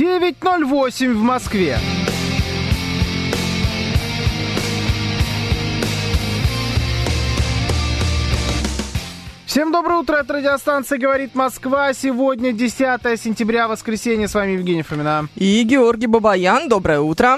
9.08 в Москве. Всем доброе утро, это радиостанция «Говорит Москва». Сегодня 10 сентября, воскресенье. С вами Евгений Фомина. И Георгий Бабаян, доброе утро.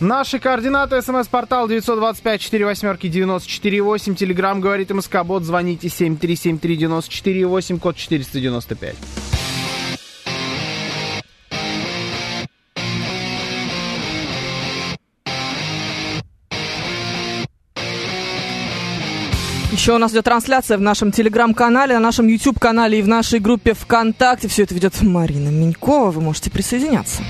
Наши координаты. СМС-портал 925-48-94-8. Телеграмм «Говорит Москобот». Звоните 7373948, код 495. Еще у нас идет трансляция в нашем телеграм-канале, на нашем YouTube-канале и в нашей группе ВКонтакте. Все это ведет Марина Минькова. Вы можете присоединяться.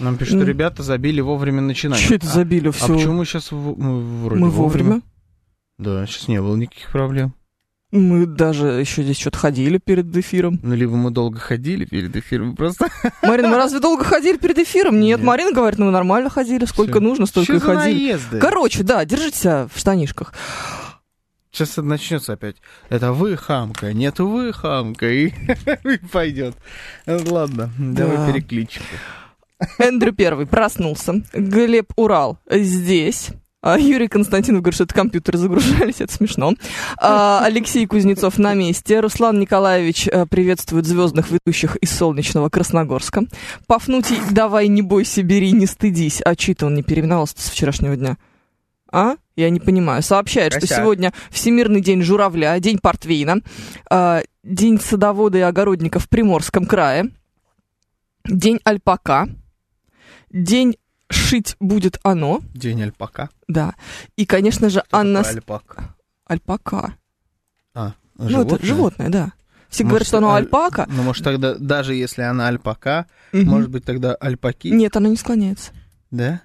Нам пишут, что ребята забили вовремя начинание. Че это А- забили А все? почему мы сейчас вроде Мы вовремя. Да, сейчас не было никаких проблем. Мы даже еще здесь что-то ходили перед эфиром. Ну, либо мы долго ходили перед эфиром, просто... Марина, мы разве долго ходили перед эфиром? Нет, Нет. Марина говорит, ну нормально ходили, сколько Всё. нужно, столько и Что за ходили. наезды? Короче, да, держите себя в штанишках. Сейчас это начнется опять. Это вы хамка, нет, вы хамка, и, и пойдет. Ладно, Да. давай перекличку. Эндрю Первый проснулся. Глеб Урал здесь. А, Юрий Константинов говорит, что это компьютеры загружались, это смешно. А, Алексей Кузнецов на месте. Руслан Николаевич э, приветствует звездных ведущих из солнечного Красногорска. Пафнутий, давай, не бойся, бери, не стыдись. А чей-то он не переименовался с вчерашнего дня? А? Я не понимаю. Сообщает, что Косяк. сегодня Всемирный день журавля, день портвейна, э, день садовода и огородника в Приморском крае, день альпака, день шить будет оно, День А альпака. да. И, конечно же, Кто Анна... такой С- Альпака. Альпака. А, Ну, это животное, да. Все Может, говорят, что оно аль- альпака. Ну, может, тогда, даже если она альпака, Мгм. может быть, тогда альпаки? Нет, оно не склоняется. Да?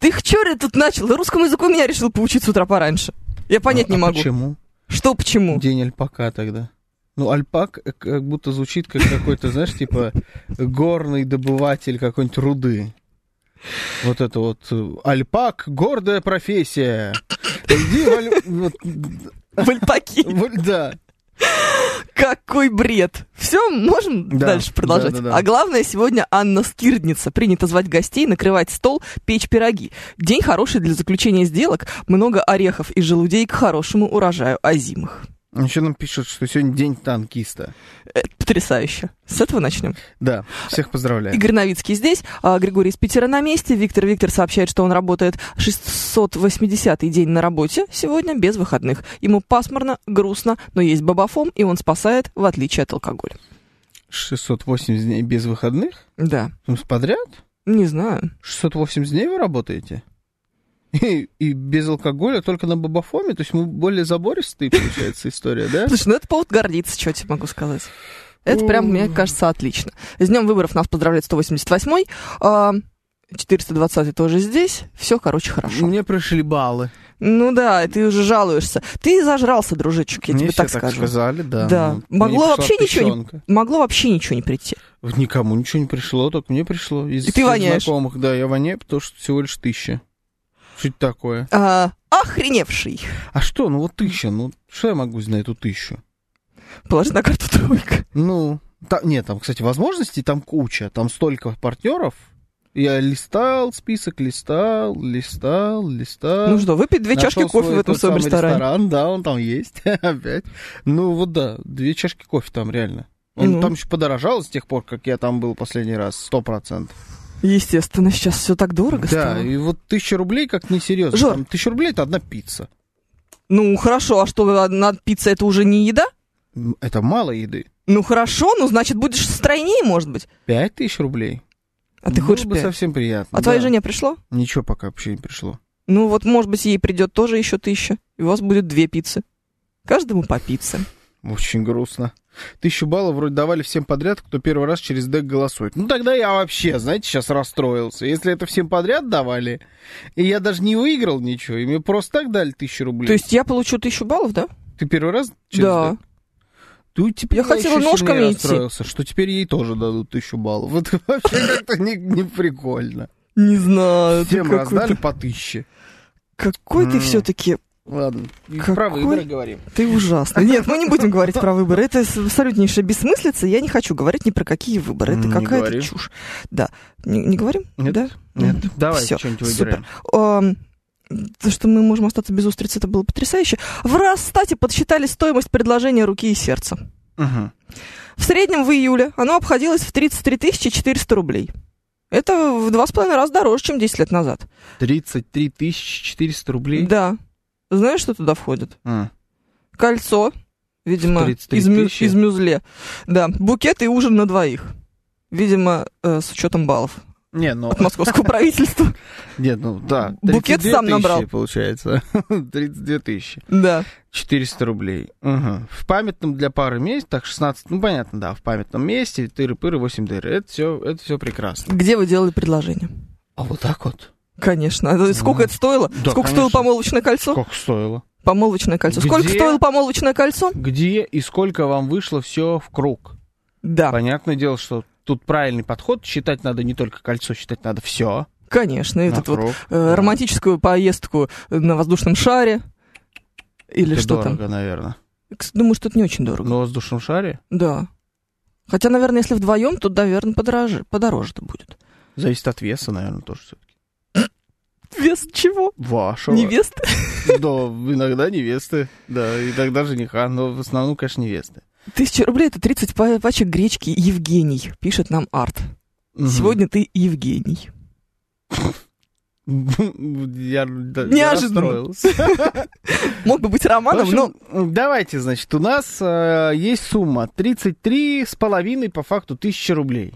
Ты их чё ли тут начал? И Русскому языку меня решил поучить с утра пораньше. Я понять А- не а могу. почему? Что почему? День альпака тогда. Ну, альпак э, как будто звучит как какой-то, знаешь, типа горный добыватель какой-нибудь руды. Вот это вот э, альпак, гордая профессия. Иди в аль- вот, В альпаки. в аль- Да. Какой бред. Все, можем Да, дальше продолжать. да, да, да. А главное, сегодня Анна Скирдница. Принято звать гостей, накрывать стол, печь пироги. День хороший для заключения сделок. Много орехов и желудей к хорошему урожаю озимых. Еще нам пишут, что сегодня день танкиста. Это потрясающе. С этого начнем. Да, всех поздравляю. Игорь Новицкий здесь, а, Григорий из Питера на месте. Виктор Виктор сообщает, что он работает 680-й день на работе сегодня без выходных. Ему пасмурно, грустно, но есть бабафом, и он спасает, в отличие от алкоголя. 680 дней без выходных? Да, В смысле, подряд? не знаю. 680 дней вы работаете? И, и без алкоголя, только на бабафоме? То есть мы более забористые, получается, история, да? Слушай, ну это повод гордиться, что я тебе могу сказать. Это прям, мне кажется, отлично. С днем выборов нас поздравляет 188-й. а, 420-й тоже здесь. Все, короче, хорошо. Мне пришли баллы. Ну да, и ты уже жалуешься. Ты зажрался, дружечек, я тебе так скажу. сказали, да. Да. Ну, Могло мне пришла вообще ничего не- печенка. Могло вообще ничего не прийти. Вот Никому ничего не пришло, только мне пришло. Из И ты всех воняешь. знакомых. Да, я воняю, потому что всего лишь тысяча. Что это такое? А, охреневший. А что? Ну вот тысяча. Ну что я могу знать эту тысячу? Положи на карту тройка. Ну, та- нет, там, кстати, возможностей там куча. Там столько партнеров. Я листал список, листал, листал, листал. Ну что, выпить две Нашел чашки кофе Э, свой в этом тот своем самый ресторане. Ресторан, да, он там есть опять. Ну вот да, две чашки кофе там реально. Он Ну. там еще подорожал с тех пор, как я там был последний раз, сто процентов. Естественно, сейчас все так дорого Да, стало. и вот тысяча рублей как несерьезно. Жор. Там тысяча рублей это одна пицца. Ну хорошо, а что, одна пицца это уже не еда? М, Это мало еды. Ну хорошо, ну значит будешь стройнее, может быть. Пять тысяч рублей. А ты Было хочешь бы пять? совсем приятно. А твоей да. жене пришло? Ничего пока вообще не пришло. Ну вот, может быть, ей придет тоже еще тысяча. И у вас будет две пиццы. Каждому по пицце. Очень грустно. Тысячу баллов вроде давали всем подряд, кто первый раз через дек голосует. Ну тогда я вообще, знаете, сейчас расстроился. Если это всем подряд давали, и я даже не выиграл ничего, и мне просто так дали тысячу рублей. То есть я получу тысячу баллов, да? Ты первый раз через да. дек? Ну, теперь Я хотела ещё сильнее ножками идти. расстроился, что теперь ей тоже дадут тысячу баллов. Это вообще как-то не, не прикольно. Не знаю. ты Всем А какой-то- раздали по тысяче. Какой ты М. все-таки... Ладно, и Какой- про выборы говорим. Ты ужасный. Нет, мы не будем говорить про выборы. Это с- абсолютнейшая бессмыслица. Я не хочу говорить ни про какие выборы. Это Не какая-то говори. чушь. Да. Не, не говорим? Нет. Да? Нет, давай всё, что-нибудь супер. выбираем. Ам, То, что мы можем остаться без устриц, это было потрясающе. В Росстате подсчитали стоимость предложения руки и сердца. Мгм. В среднем в июле оно обходилось в 33 400 рублей. Это в два с половиной раза дороже, чем 10 лет назад. 33 тысячи 400 рублей? Да. Знаешь, что туда входит? А. Кольцо, видимо, 33 из, мю- тысячи? из мюзле. Да, букет и ужин на двоих. Видимо, э, с учетом баллов Не, ну, от московского правительства. нет, ну да. Букет 32 сам тысячи, набрал. получается. 32 тысячи. Да. 400 рублей. Мгм. В памятном для пары месте, так 16, ну понятно, да, в памятном месте, тыры-пыры, 8 дыр. Это все, это все прекрасно. Где вы делали предложение? А вот так вот? Конечно. А Сколько Да. это стоило? Ну, Да, Сколько конечно. стоило помолвочное кольцо? Сколько стоило? Помолвочное кольцо. Где? Сколько стоило помолвочное кольцо? Где и сколько вам вышло все в круг? Да, Понятное дело, что тут правильный подход. Считать надо не только кольцо, считать надо все. конечно. Этот вот э, романтическую поездку на воздушном шаре. Или что дорого, наверное. там? Кс- Думаю, что это не очень дорого. На воздушном шаре? Да. Хотя, наверное, если вдвоем, то, наверное, подороже, подороже-то будет. Зависит от веса, наверное, тоже все-таки. Вес чего? Вашего. Невесты? Да, иногда невесты. Да, иногда жениха, но в основном, конечно, невесты. Тысяча рублей – это 30 па- пачек гречки «Евгений», пишет нам Арт. Мгм. Сегодня ты Евгений. Я да, я Неожиданно. расстроился. Мог бы быть В романом, но... общем, давайте, значит, у нас э, есть сумма 33 с половиной по факту тысячи рублей.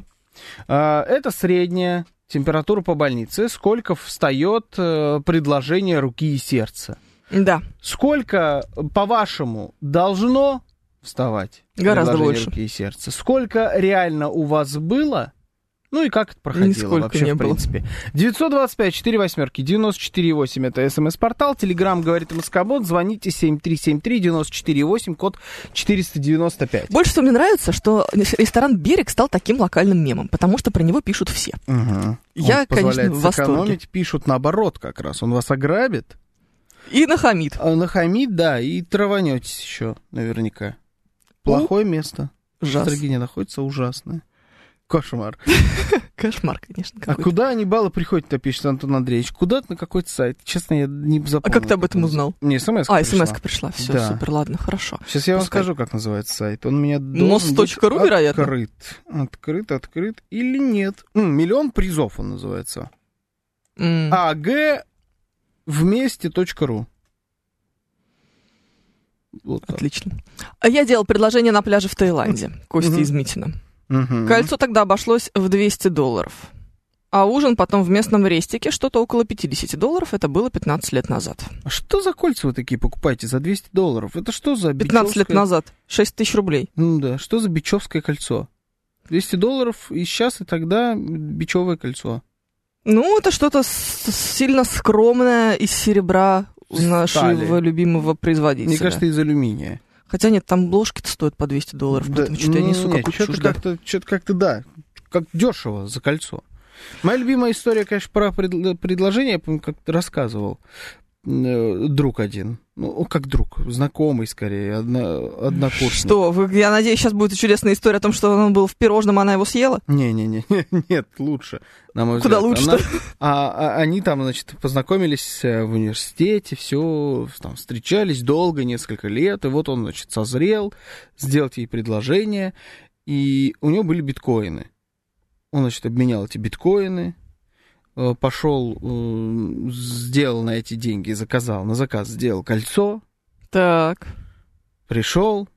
Э, это средняя температура по больнице. Сколько встает э, предложение руки и сердца? Да, Сколько, по-вашему, должно вставать Гораздо предложение больше. руки и сердца? Сколько реально у вас было? Ну и как это проходило Нисколько вообще, не в было. принципе. 925 4 восьмерки, 948 это смс-портал, телеграмм говорит Москобот, звоните 7373 948 код 495. Больше всего мне нравится, что ресторан «Берег» стал таким локальным мемом, потому что про него пишут все. Угу. Я, он конечно, позволяет в восторге. сэкономить, пишут наоборот как раз. Он вас ограбит, И нахамит. а нахамит, да, и траванетесь еще наверняка. Ну, Плохое место. Жас. Строгиня находится ужасное. Кошмар. Кошмар, конечно, А какой-то. куда они баллы приходят-то, пишет Антон Андреевич? Куда-то на какой-то сайт. Честно, я не запомнил. А как ты об этом он- узнал? Мне смс А, смс пришла. Все, Да. супер, ладно, хорошо. Сейчас я вам Пускай. Ну, скажу, как называется сайт. Он у меня должен быть Мос.ру, вероятно? открыт. Открыт, открыт или нет. М, Миллион призов он называется. А. М, АГ вместе.ру Вот так. Отлично. А я делал предложение на пляже в Таиланде. Костя Мгм. из Митина. Мгм. Кольцо тогда обошлось в 200 долларов. А ужин потом в местном рестике что-то около 50 долларов. Это было 15 лет назад. А Что за кольца вы такие покупаете за 200 долларов? Это что за 15 лет бичевское- назад. 6 тысяч рублей. Ну да, что за бичевское кольцо? 200 долларов и сейчас, и тогда бичевое кольцо. Ну, это что-то с- с- сильно скромное из серебра у Стали. нашего любимого производителя. Мне кажется, из алюминия. Хотя нет, там ложки-то стоят по 200 долларов, а Да, поэтому что-то я ну, несу нет, какую-то чё-то чушь. да. как-то, что-то как-то, да, как дешево за кольцо. Моя любимая история, конечно, про предло- предложение, я помню, как-то рассказывал э, друг один. Ну, как друг, знакомый скорее, одна, однокурсник. Что, вы- я надеюсь, сейчас будет чудесная история о том, что он был в пирожном, а она его съела? Не-не-не, нет, лучше, на мой Куда взгляд. лучше? Она- а, а они там, значит, познакомились э, в университете, все, там, встречались долго, несколько лет, и вот он, значит, созрел, сделать ей предложение, и у него были биткоины. Он, значит, обменял эти биткоины, э, пошел, сделал на эти деньги, заказал, на заказ сделал кольцо, Так. пришел,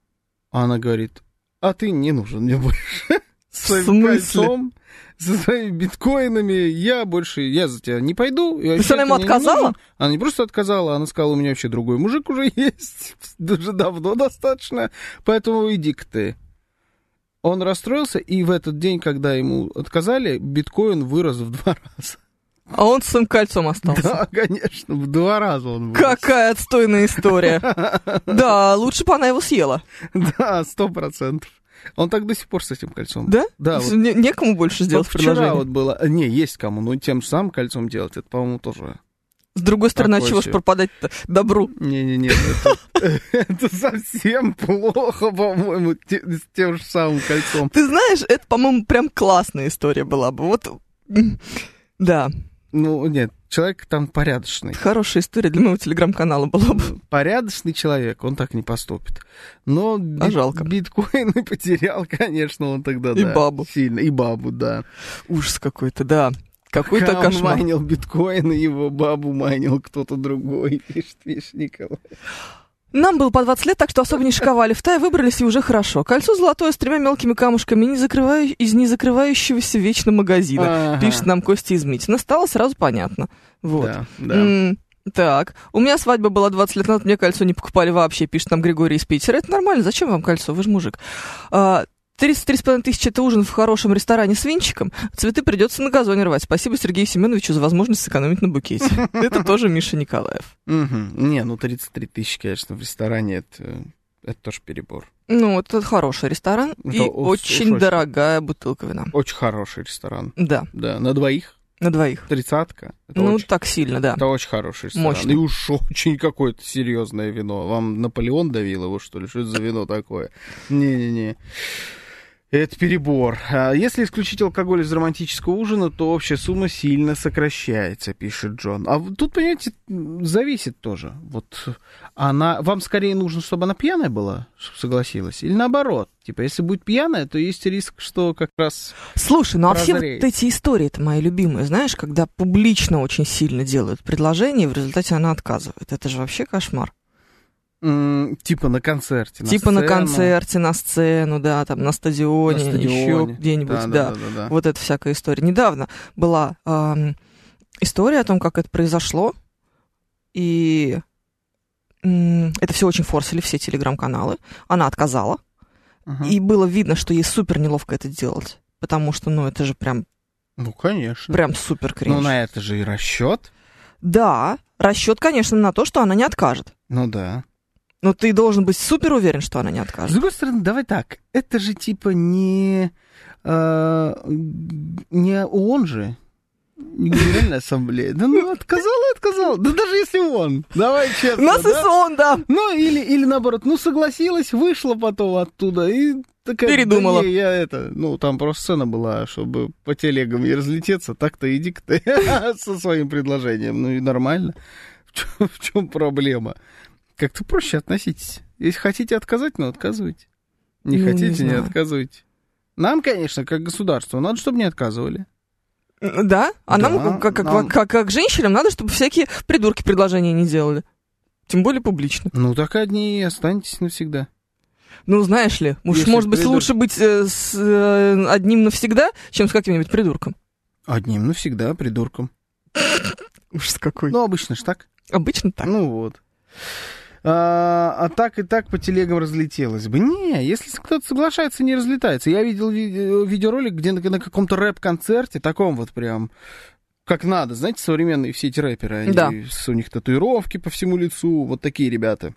а она говорит, а ты не нужен мне больше. своим смысле? кольцом, со своими биткоинами, я больше, я за тебя не пойду. И вообще она ты ему мне не отказала? нужен». Она не просто отказала, она сказала, у меня вообще другой мужик уже есть, даже давно достаточно, поэтому иди-ка ты. Он расстроился, и в этот день, когда ему отказали, биткоин вырос в два раза. А он с своим кольцом остался. Да, конечно, в два раза он вырос. Какая отстойная история. Да, лучше бы она его съела. Да, сто процентов. Он так до сих пор с этим кольцом. Да? Да, вот Не- Некому больше сделать Вот вчера предложение. вот было. Не, есть кому, но тем же самым кольцом делать, это, по-моему, тоже. С другой стороны, а Такое чего ж себе. пропадать-то добру? Не-не-не, ну это- это совсем плохо, по-моему, те- с тем же самым кольцом. Ты знаешь, это, по-моему, прям классная история была бы. Вот, м, да, Ну, нет, человек там порядочный. хорошая история для моего телеграм-канала была бы. Порядочный человек, он так не поступит. Но бит- А жалко. биткоины потерял, конечно, он тогда, И да, бабу. Сильно, и бабу, да. Ужас какой-то, да. Какой-то Ха, он кошмар. майнил биткоины, его бабу майнил кто-то другой, пишет Вишникова. Нам было по 20 лет, так что особо не шиковали. В Тай выбрались и уже хорошо. Кольцо золотое с тремя мелкими камушками не закрываю- из незакрывающегося вечно магазина. А, Ага. Пишет нам Костя из Митина. Стало сразу понятно. Вот. Да, да. М, Так, у меня свадьба была 20 лет назад, мне кольцо не покупали вообще, пишет нам Григорий из Питера. Это нормально, зачем вам кольцо, вы же мужик. А, 33,5 тысячи – это ужин в хорошем ресторане с винчиком. Цветы придется на газоне рвать. Спасибо Сергею Семеновичу за возможность сэкономить на букете. Это тоже Миша Николаев. Мгм. Не, ну 33 тысячи, конечно, в ресторане это, это тоже перебор. Ну, это хороший ресторан и Это уж- уж очень очень. дорогая бутылка вина. Очень хороший ресторан. Да, Да, на двоих. на двоих. Тридцатка. Это, Ну, очень, так сильно, да. это очень хороший ресторан. Мощно. И уж очень какое-то серьезное вино. Вам Наполеон давил его, что ли? Что это за вино такое? Не-не-не. Это перебор. А Если исключить алкоголь из романтического ужина, то общая сумма сильно сокращается, пишет Джон. А вот тут, понимаете, зависит тоже. Вот она... Вам скорее нужно, чтобы она пьяная была, чтобы согласилась? Или наоборот? Типа, если будет пьяная, то есть риск, что как раз... Слушай, ну а все вот Прозреет. эти истории, это мои любимые, знаешь, когда публично очень сильно делают предложение, и в результате она отказывает. Это же вообще кошмар. м, Типа на концерте. типа на сцену. концерте, на сцену, да, там на На стадионе, еще стадионе. где-нибудь, да, Да-да-да-да. Вот эта всякая история. Недавно была ам, история о том, как это произошло, и м, это все очень форсили, все телеграм-каналы. Она отказала, Ага. и было видно, что ей супер неловко это делать. Потому что, ну, это же прям, Ну, конечно. прям супер кринж. Ну, на это же и расчет. Да, расчет, конечно, на то, что она не откажет. Ну да. Но Но ты должен быть супер уверен, что она не А С откажет. другой стороны, давай так. Это же типа не... э, не ООН же. Не Генеральная ассамблея. Да ну, отказала, отказала. Да даже если он. Давай честно. Нас и да? сон, да. Ну, или, или наоборот, ну, согласилась, вышла потом оттуда и такая... «Да Передумала. не, я это... Ну, там просто сцена была, чтобы по телегам не разлететься. Так-то иди-ка ты со своим предложением. Ну, и нормально. В чем, проблема? Как-то проще относитесь. Если хотите отказать, ну, отказывайте. Не Ну, не хотите, не, знаю. отказывайте. Нам, конечно, как государству, надо, чтобы не отказывали. Да? А Да, нам, как, как, нам- как- как женщинам, надо, чтобы всякие придурки предложения не делали. Тем более публично. Ну, так одни и останетесь навсегда. Ну, знаешь ли, уж Если может быть придур- лучше быть э, с э, одним навсегда, чем с каким-нибудь придурком. Одним навсегда, придурком. Ужас какой. Ну, обычно ж так. Обычно так. Ну вот. А, а так и так по телегам разлетелось бы. Не, если кто-то соглашается, не разлетается. Я видел ви- э, видеоролик, где на, на каком-то рэп-концерте, таком вот прям, как надо. Знаете, современные все эти рэперы, они, Да. с- у них татуировки по всему лицу, вот такие ребята.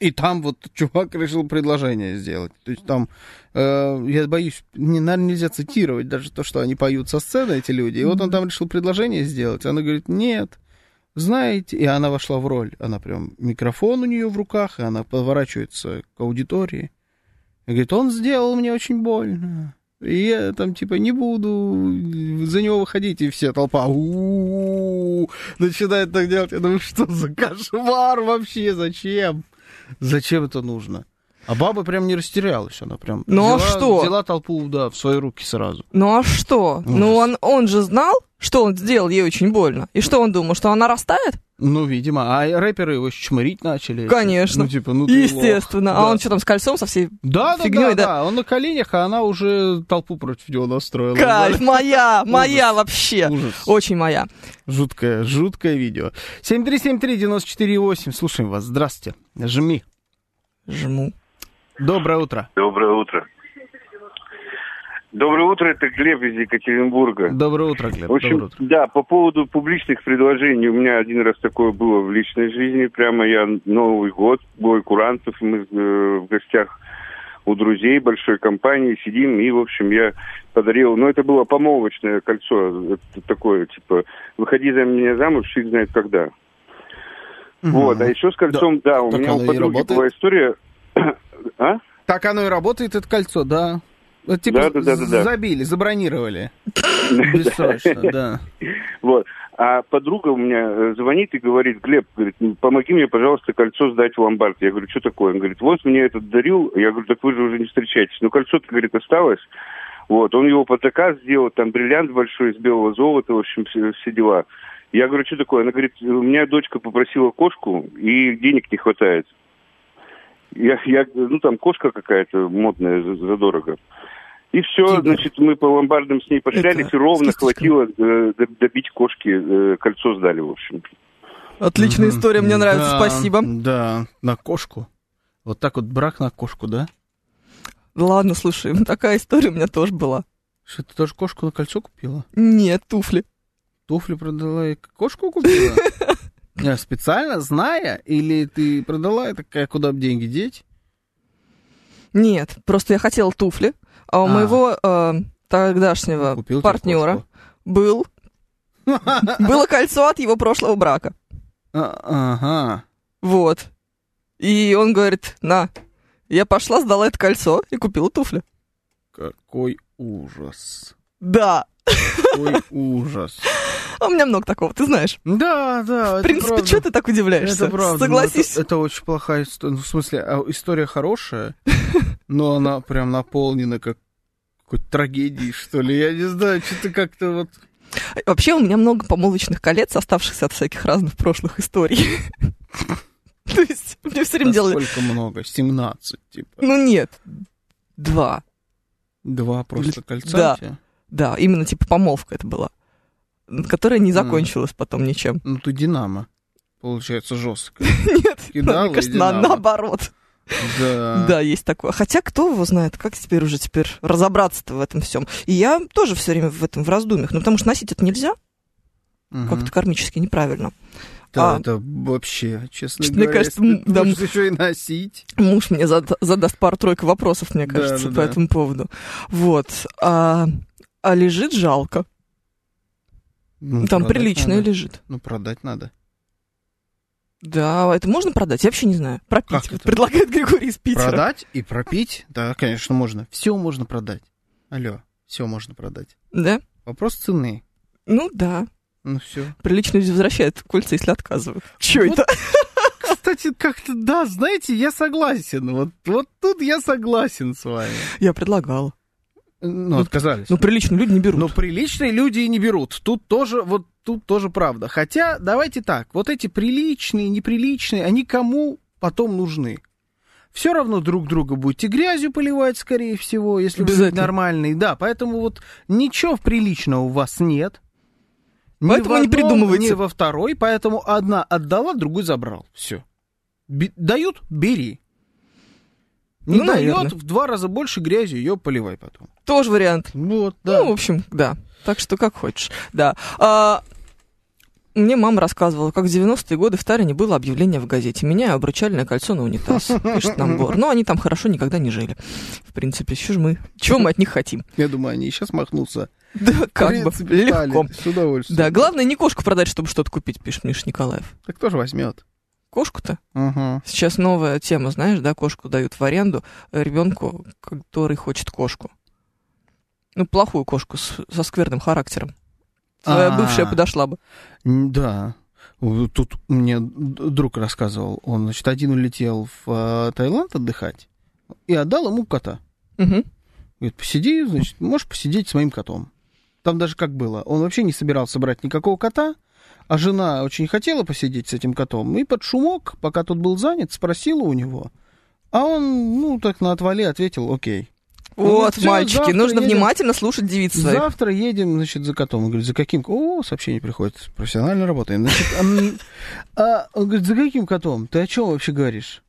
И там вот чувак решил предложение сделать. То есть там, э, я боюсь, не, наверное, нельзя цитировать даже то, что они поют со сцены, эти люди. И вот он там решил предложение сделать. Она говорит, нет, знаете. И она вошла в роль. Она прям, микрофон у нее в руках, и она поворачивается к аудитории. И говорит, он сделал мне очень больно. И я там типа не буду за него выходить, и вся толпа «У-у-у», начинает так делать. Я думаю, что за кошмар вообще, зачем? Зачем это нужно? А баба прям не растерялась, она прям Ну, а взяла- что? взяла толпу да, в свои руки сразу. Ну а что? Ужас. Ну он, он же знал, что он сделал ей очень больно. И что он думал, что она растает? Ну, видимо. А рэперы его чмырить начали. Конечно. Ну, типа, ну ты лох. Естественно. Да. А он что там с кольцом со всей Да, да, да, фигнёй, да. да, Он на коленях, а она уже толпу против него настроила. Кайф, моя, моя Ужас. вообще. Ужас. Очень моя. Жуткое, жуткое видео. 7373948. Слушаем вас. Здравствуйте. Жми. Жму. Доброе утро. Доброе утро. Доброе утро, это Глеб из Екатеринбурга. Доброе утро, Глеб. В общем, Доброе утро. да, по поводу публичных предложений, у меня один раз такое было в личной жизни, прямо я Новый год, бой курантов, мы э, в гостях у друзей большой компании сидим, и, в общем, я подарил, ну, это было помолвочное кольцо, это такое, типа, выходи за меня замуж, фиг знает когда. Вот, а еще с кольцом, да, у Так меня оно у и подруги работает? была история, а? Так оно и работает, это кольцо, да. Вот типа Да-да-да-да-да. забили, забронировали. Бессрочно, да. Вот. А подруга у меня э, звонит и говорит, Глеб, говорит, «Ну, помоги мне, пожалуйста, кольцо сдать в ломбард. Я говорю, что такое? Он говорит, вот мне этот дарил. Я говорю, так вы же уже не встречаетесь. Ну, кольцо-то, говорит, осталось. Вот, он его под заказ сделал, там бриллиант большой из белого золота, в общем, все, все дела. Я говорю, что такое? Она говорит, у меня дочка попросила кошку, и денег не хватает. Я, я, ну, там кошка какая-то модная, за- задорого. И все, Тигр. значит, мы по ломбардам с ней пошлялись, Это, и ровно с кисточками. хватило э, доб- добить кошки, э, кольцо сдали, в общем. Отличная Мгм. история, мне нравится, Да, спасибо. Да, на кошку. Вот так вот брак на кошку, да? Ладно, слушай, такая история у меня тоже была. Что, ты тоже кошку на кольцо купила? Нет, туфли. Туфли продала и кошку купила? Не, Специально, зная? Или ты продала и такая, куда бы деньги деть? Нет, просто я хотела туфли. А у А. моего э, тогдашнего Купил тебе партнера кошку. был, было кольцо от его прошлого брака. А, Ага. Вот. И он говорит, на, я пошла, сдала это кольцо и купила туфли. Какой ужас. Да, Какой ужас. а у меня много такого, ты знаешь. Да, да. В принципе, что ты так удивляешься? Это правда. но Согласись. Это, это очень плохая история. в смысле, а, история хорошая, но она прям наполнена как какой-то трагедией, что ли. Я не знаю, что-то как-то вот... Вообще у меня много помолвочных колец, оставшихся от всяких разных прошлых историй. То есть мне все время делали... Сколько много? 17, типа. Ну нет, два. Два просто кольца Да. у тебя? Да, именно типа помолвка это была, которая не закончилась потом ничем. Ну, ты Динамо. Получается жестко. Нет, Кидала мне кажется, и на- Динамо. наоборот. Да. Да, есть такое. Хотя кто его знает, как теперь уже теперь разобраться-то в этом всем. И я тоже все время в этом в раздумьях. Ну, потому что носить это нельзя, Мгм. как-то кармически неправильно. Да, а- это вообще, честно Что-то мне говоря, кажется, если м, ты да, будешь еще и носить. Муж мне зада- задаст пару-тройку вопросов, мне Да, кажется, да, по да. этому поводу. Вот. А, а лежит жалко. Ну, Там продать приличное надо. лежит. Ну, продать надо. Да, это можно продать? Я вообще не знаю. Пропить. Как Вот это? предлагает Григорий из Питера. Продать и пропить, да, конечно, можно. Все можно продать. Алло, все можно продать. Да? Вопрос цены. Ну да. Ну все. Прилично люди возвращают кольца, если отказывают. Че Ну Вот это? Кстати, как-то да, знаете, я согласен. Вот, вот тут я согласен с вами. Я предлагала. Ну, отказались. Ну, прилично люди не берут. Но приличные люди и не берут. Тут тоже, вот тут тоже правда. Хотя, давайте так, вот эти приличные, неприличные, они кому потом нужны? Все равно друг друга будете грязью поливать, скорее всего, если вы Обязательно. нормальные. Да, поэтому вот ничего приличного у вас нет. Ни Поэтому в не одном, придумывайте. Ни во второй, поэтому одна отдала, другую забрал. Все. дают, бери. Не Ну, дает, наверное. в два раза больше грязью ее поливай потом. Тоже вариант. Вот, да. Ну, в общем, да. Так что как хочешь, да. А, мне мама рассказывала, как в 90-е годы в Тарине было объявление в газете «Меняю обручальное кольцо на унитаз», пишет нам Бор. Но они там хорошо никогда не жили. В принципе, чё ж мы, чего мы от них хотим? Я думаю, они сейчас махнутся. Да, как бы, легко. С удовольствием. Да, главное не кошку продать, чтобы что-то купить, пишет Миша Николаев. Так кто же возьмет? Кошку-то? Ага. Сейчас новая тема, знаешь, да, кошку дают в аренду э, ребенку, который хочет кошку. Ну, плохую кошку с- со скверным характером. Твоя А. бывшая подошла бы. М, Да. Вот Тут мне д- друг рассказывал, он, значит, один улетел в э, Таиланд отдыхать и отдал ему кота. Мгм. Говорит, посиди, значит, можешь посидеть с моим котом. Там даже как было, он вообще не собирался брать никакого кота, А жена очень хотела посидеть с этим котом. И под шумок, пока тот был занят, спросила у него. А он, ну, так на отвале ответил, окей. Вот, Ну, всё, мальчики, завтра нужно едем. внимательно слушать девиц своих. Завтра едем, значит, за котом. Он говорит, за каким? О, сообщение приходит. Профессионально работаем. Значит, ам, а, он говорит, за каким котом? Ты о чем вообще говоришь?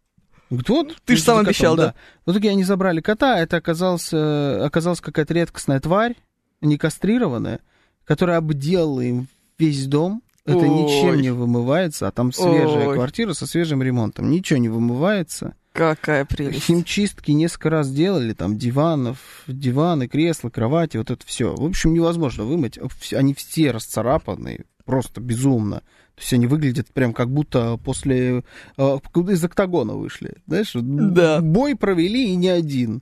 Он Говорит, вот, Ты ж за сам котом, обещал, да. В итоге они забрали кота, а это оказался, оказалась какая-то редкостная тварь, не кастрированная, которая обделала им весь дом. Это Ой. ничем не вымывается, а там свежая Ой. квартира со свежим ремонтом. Ничего не вымывается. Какая прелесть. Химчистки несколько раз делали, там диванов, диваны, кресла, кровати, вот это все. В общем, невозможно вымыть. Вс- Они все расцарапаны, просто безумно. То есть они выглядят прям как будто после... э, как из октагона вышли. Знаешь, Да. бой провели и не один.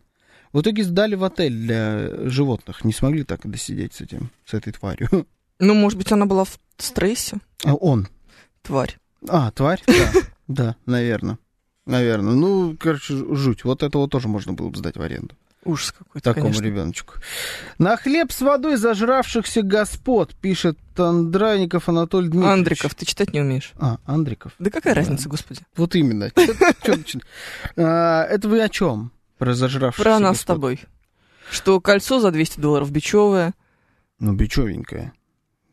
В итоге сдали в отель для животных. Не смогли так и досидеть с этим, с этой тварью. Ну, может быть, она была в стрессе, А он. тварь. А, тварь? Да, да, наверное. Наверное. Ну, короче, ж- жуть. Вот этого тоже можно было бы сдать в аренду. Ужас какой-то, такому конечно. ребеночку. На хлеб с водой зажравшихся господ, пишет Андраников Анатолий Дмитриевич. Андриков, ты читать не умеешь. А, Андриков. Да какая Да. разница, господи. Вот именно. Чё- чё начи- А, Это вы о чем? Про зажравшихся Про нас с господ? тобой. Что кольцо за 200 долларов бичевое. Ну, бичевенькая.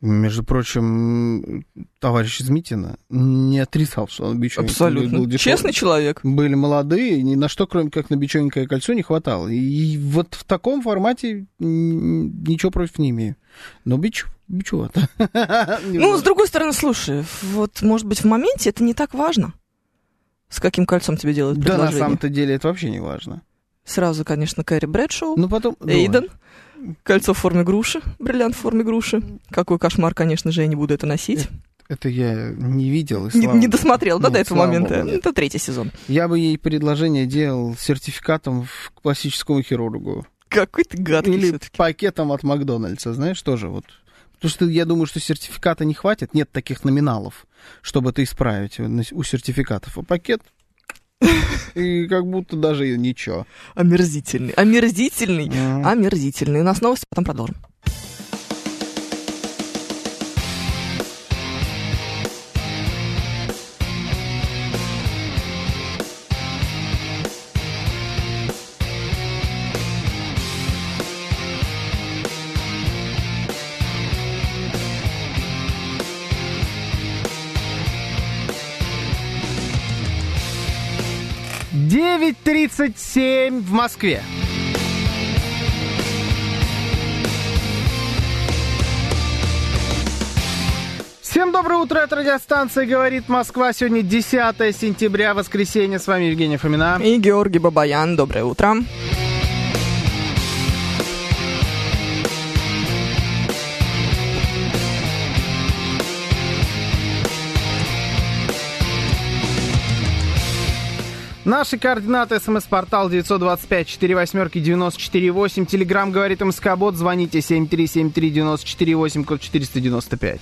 Между прочим, товарищ из Митина не отрицал, что он бичевенький. Был Абсолютно. дешёвый. Честный человек. Были молодые, ни на что, кроме как на бичевенькое кольцо, не хватало. И вот в таком формате м, ничего против не имею. Но бич, бичевато. Ну, с другой стороны, слушай, вот, может быть, в моменте это не так важно, с каким кольцом тебе делают Да, на предложение. самом-то деле это вообще не важно. Сразу, конечно, Кэрри Брэдшоу, Ну, потом... Эйден, кольцо в форме груши, бриллиант в форме груши. Какой кошмар, конечно же, я не буду это носить. Это я не видел. и Не, слава не богу. досмотрел, да, Нет, до этого слава момента. богу, нет. это третий сезон. Я бы ей предложение делал сертификатом в- к пластическому хирургу. Какой ты гадкий Или все-таки. пакетом от Макдональдса, знаешь, тоже вот. Потому что я думаю, что сертификата не хватит, нет таких номиналов, чтобы это исправить у на- у сертификатов. А пакет, и как будто даже и ничего. А Омерзительный. Омерзительный. М. Омерзительный. У нас новости, а потом продолжим. девять тридцать семь в Москве. Всем доброе утро, это радиостанция «Говорит Москва». Сегодня 10 сентября, воскресенье. С вами Евгения Фомина. И Георгий Бабаян, доброе утро. Наши координаты. СМС-портал 925-48-94-8. Телеграмм «Говорит МСК-бот». Звоните 7373-94-8, код 495.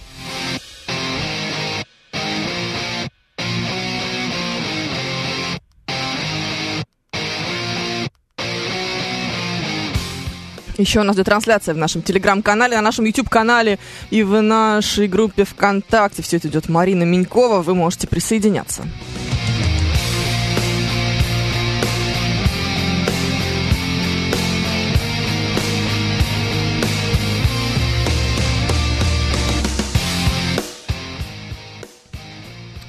Еще у нас идет трансляция в нашем телеграм-канале, на нашем YouTube-канале и в нашей группе ВКонтакте. Все это идет Марина Минькова. Вы можете присоединяться.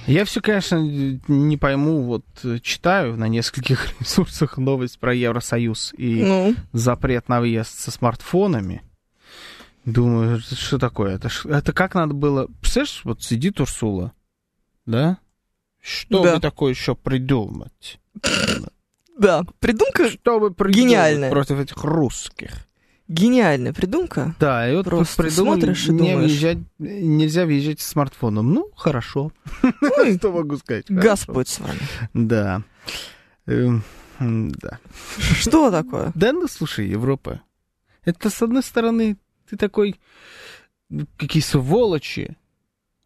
Я все, конечно, не пойму. Вот э, читаю на нескольких ресурсах новость про Евросоюз и Ну, запрет на въезд со смартфонами. Думаю, это что такое? Это, ж- это как надо было... Представляешь, вот сидит Урсула, да? Что Да. бы такое еще придумать? да, придумка Что бы придумать Гениально. против этих русских? гениальная, придумка. Да, и вот Просто придумал, смотришь и не думаешь. въезжать- нельзя въезжать с смартфоном. Ну, хорошо. Ой, Что могу сказать? Хорошо. Господь с вами. Да. Эм, м, Да. Что такое? Да, ну слушай, Европа. Это, с одной стороны, ты такой, ну, какие сволочи.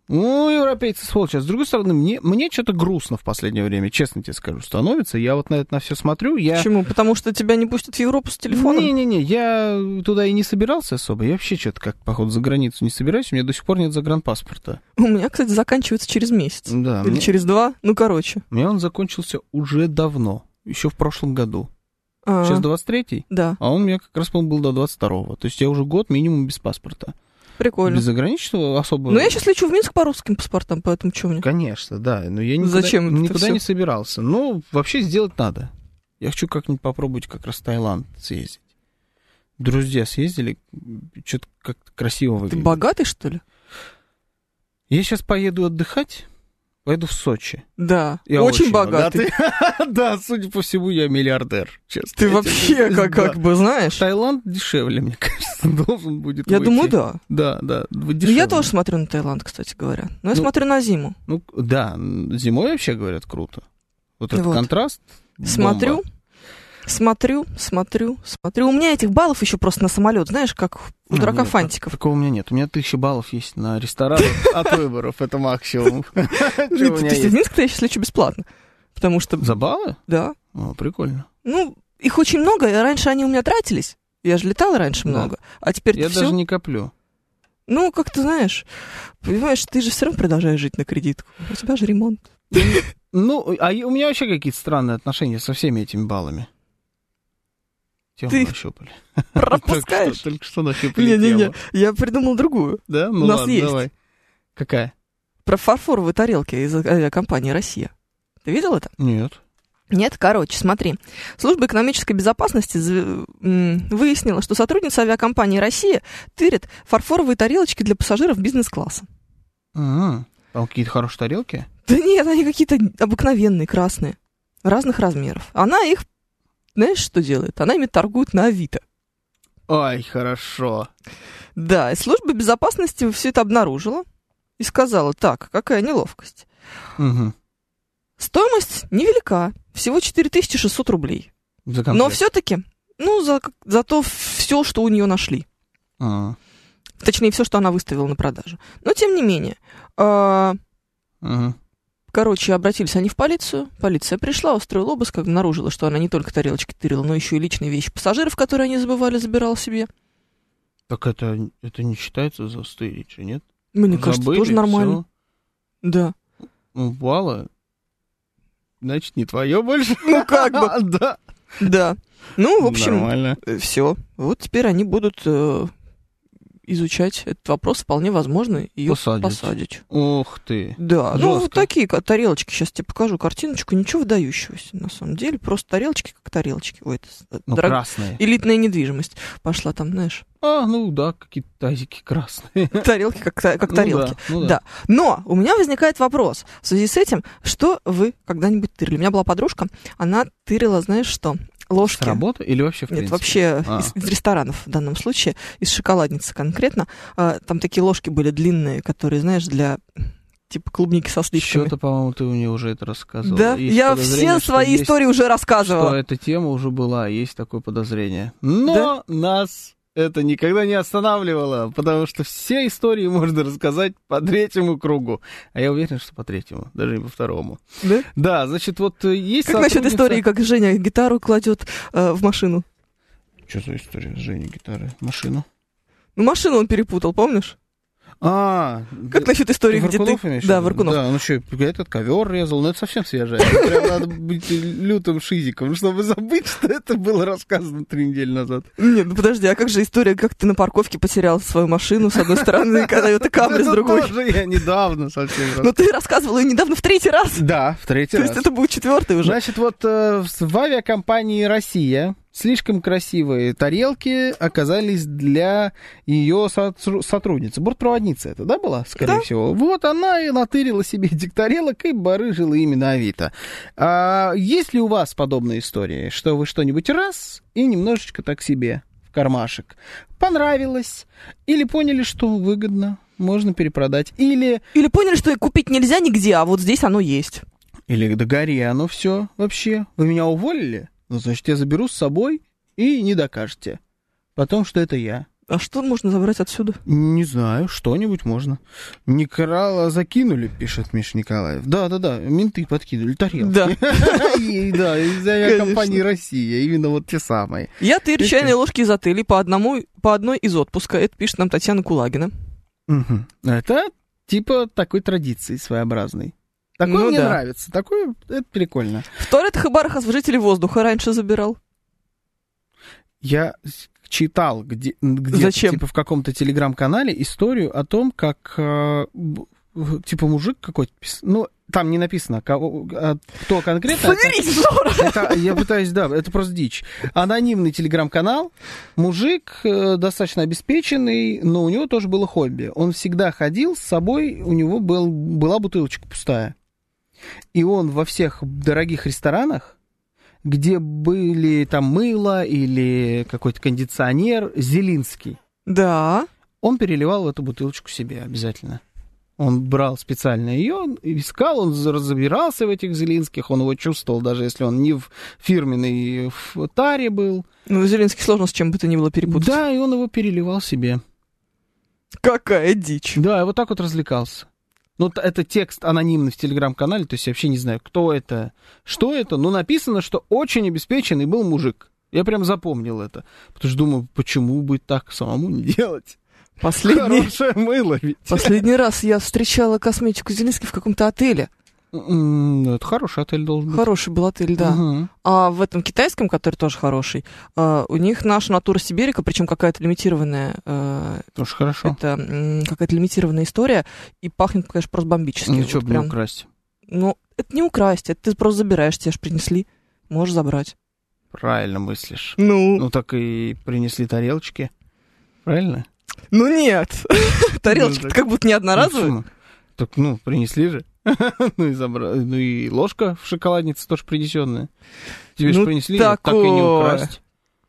Ну, европейцы сволочи. А с другой стороны, мне, мне что-то грустно в последнее время, честно тебе скажу, становится. Я вот на это на все смотрю. Я... Почему? Потому что тебя не пустят в Европу с телефоном? Не-не-не, я туда и не собирался особо. Я вообще что-то как, походу, за границу не собираюсь. У меня до сих пор нет загранпаспорта. У меня, кстати, заканчивается через месяц. Да, Или мне- через два. Ну, короче. у меня он закончился уже давно, еще в прошлом году. А, Сейчас 23-й, Да, а он у меня как раз, по-моему, был до 22-го. То есть я уже год минимум без паспорта. прикольно. Без заграничного особо... Ну, я сейчас лечу в Минск по русским паспортам, поэтому что мне? Конечно, да. Но я никуда, Зачем это никуда всё? не собирался. Ну, вообще сделать надо. Я хочу как-нибудь попробовать как раз в Таиланд съездить. Друзья съездили, что-то как-то красиво Ты выглядит. богатый, что ли? Я сейчас поеду отдыхать, поеду в Сочи. Да, Я очень, богатый. Да, судя по всему, я миллиардер, честно. Ты Я вообще тебе- как, Да. как бы знаешь. Таиланд дешевле, мне кажется, должен будет Я выйти. думаю, да. Да, да, Ну, дешевле. я тоже смотрю на Таиланд, кстати говоря. Но я Ну, смотрю на зиму. Ну, да, зимой вообще, говорят, круто. Вот этот Вот. контраст. бомба. Смотрю, смотрю, смотрю, смотрю. У меня этих баллов еще просто на самолет, знаешь, как у Ну, дурака нет, фантиков. так- Такого у меня нет. У меня тысяча баллов есть на рестораны от выборов. Это максимум. Что у Ты меня ты в есть. Минск-то я сейчас лечу бесплатно. Потому что, За баллы? да, О, прикольно. Ну, их очень много, и раньше они у меня тратились. Я же летала раньше Да. много, а теперь Я все. даже не коплю. Ну, как ты знаешь, понимаешь, ты же все равно продолжаешь жить на кредитку. У тебя же ремонт. Ну, а я- у меня вообще какие-то странные отношения со всеми этими баллами. Тему Ты их нащупали. Только Пропускаешь. что- Только что нащупали Не-не-не, тему. я придумал другую. Да? Ну У нас ладно, есть. давай. Какая? Про фарфоровые тарелки из а, авиакомпании «Россия». Ты видел это? Нет. Нет, короче, смотри. Служба экономической безопасности зв- м, выяснила, что сотрудница авиакомпании «Россия» тырит фарфоровые тарелочки для пассажиров бизнес-класса. М, М-м. Там какие-то хорошие тарелки? Да нет, они какие-то обыкновенные, красные, разных размеров. Она их, знаешь, что делает? Она ими торгует на Авито. Ай, хорошо. Да, и служба безопасности все это обнаружила и сказала, так, какая неловкость. Мгм. Стоимость невелика, всего 4600 рублей. За Но комплект. все-таки, ну, за, зато все, что у нее нашли. А, Точнее, все, что она выставила на продажу. Но, тем не менее, а, мгм. Короче, обратились они в полицию. Полиция пришла, устроила обыск, обнаружила, что она не только тарелочки тырила, но еще и личные вещи пассажиров, которые они забывали, забирала себе. Так это, это не считается за стырить, нет? Мне кажется, Забыли, тоже нормально. всё. Да. упала, значит, не твое больше. Ну, как бы. Да. Да. Ну, в общем, Нормально. все. Вот теперь они будут э, изучать этот вопрос, вполне возможно, ее Посадят. посадить. Ух ты. Да, ну Жестко. вот такие ка- тарелочки. Сейчас тебе покажу картиночку. Ничего выдающегося, на самом деле. Просто тарелочки как тарелочки. Ой, это с- э, Ну, дорог- красные. элитная недвижимость пошла там, знаешь. А, ну да, какие-то тазики красные. Тарелки как, та- как Ну тарелки. да, ну Да. Но у меня возникает вопрос в связи с этим, что вы когда-нибудь тырили? У меня была подружка, она тырила, знаешь что, С ложки. работы или вообще в Нет, принципе? вообще А. из, из ресторанов в данном случае, из шоколадницы конкретно. А, там такие ложки были длинные, которые, знаешь, для типа клубники со сливками. Что-то, по-моему, ты мне уже это рассказывал. Да, Есть я подозрение, все что свои есть- истории уже Что рассказывала. эта тема уже была, есть такое подозрение. Но нас это никогда не останавливало, потому что все истории можно рассказать по третьему кругу. А я уверен, что по третьему, даже не по второму. Да? Да, значит, вот э, есть Как насчет сотрудница- истории, как Женя гитару кладет э, в машину? Что за история с Женей гитары? Машину. Ну, машину он перепутал, помнишь? А, Как д- насчет истории, где ты... Варкунов имеешь в Да, виду? Варкунов. Да, ну что, этот ковер резал, ну это совсем свежее. Это Прям надо быть лютым шизиком, чтобы забыть, что это было рассказано три недели назад. Нет, ну подожди, а как же история, как ты на парковке потерял свою машину с одной стороны, когда это камри с Это другой? тоже я недавно совсем Но рассказывал. ты рассказывала ее недавно в третий раз. Да, в третий То раз. есть это был четвертый уже. Значит, вот э, в с- в авиакомпании «Россия» слишком красивые тарелки оказались для ее сотру- сотрудницы. Бортпроводница это, да, была, скорее Да. всего? Вот она и натырила себе этих тарелок и барыжила ими на Авито. А, есть ли у вас подобные истории, что вы что-нибудь раз и немножечко так себе в кармашек? Понравилось? Или поняли, что выгодно? Можно перепродать. Или Или поняли, что и купить нельзя нигде, а вот здесь оно есть. Или да гори оно все вообще. Вы меня уволили? Ну, значит, я заберу с собой и не докажете. Потом, что это я. А что можно забрать отсюда? Не знаю, что-нибудь можно. Некрала закинули, пишет Миша Николаев. Да, да, да, менты подкинули тарелки. Да. И, Да, из авиакомпании Конечно. Россия, именно вот те самые. Я ты чайные ложки из отелей по одному, по одной из отпуска. Это пишет нам Татьяна Кулагина. Мгм. Это типа такой традиции своеобразной. Такое Ну мне да. нравится, такое, это прикольно. В туалетах и барах освежители воздуха раньше забирал. Я с- читал где, где Зачем? типа в каком-то телеграм-канале историю о том, как э, б- типа мужик какой-то, пис- ну там не написано, кого, а, кто конкретно. это- Соберись, Жора! Это, я пытаюсь, да, это просто дичь. Анонимный телеграм-канал. Мужик э, достаточно обеспеченный, но у него тоже было хобби. Он всегда ходил с собой, у него был, была бутылочка пустая. И он во всех дорогих ресторанах, где были там мыло или какой-то кондиционер, Зелинский, Да. он переливал эту бутылочку себе обязательно. Он брал специально ее, он искал, он за- разбирался в этих Зелинских, он его чувствовал, даже если он не в фирменной в таре был. Ну, Зеленский сложно с чем бы то ни было перепутать. Да, и он его переливал себе. Какая дичь. Да, и вот так вот развлекался. Ну, т- это текст анонимный в телеграм-канале, то есть я вообще не знаю, кто это, что это, но написано, что очень обеспеченный был мужик. Я прям запомнил это, потому что думаю, почему бы так самому не делать? Последний, Хорошее мыло ведь. последний раз я встречала косметику Зеленский в каком-то отеле. М, М-м, ну, Это хороший отель должен быть. Хороший был отель, да. Мгм. А в этом китайском, который тоже хороший, э, у них наша натура Сибирика, причем какая-то лимитированная, э, Тоже хорошо. это м, какая-то лимитированная история, и пахнет, конечно, просто бомбически. Ничего Вот бы прям. не украсть. Ну, это не украсть, это ты просто забираешь, тебе же принесли, можешь забрать. Правильно мыслишь. Ну, Ну так и принесли тарелочки. Правильно? ну нет, тарелочки Ну, так- как будто не одноразовые. Ну, почему? Так, ну, принесли же. ну, и забра- ну и ложка в шоколаднице тоже принесенная. Тебе Ну, же принесли, вот так и не такое. украсть.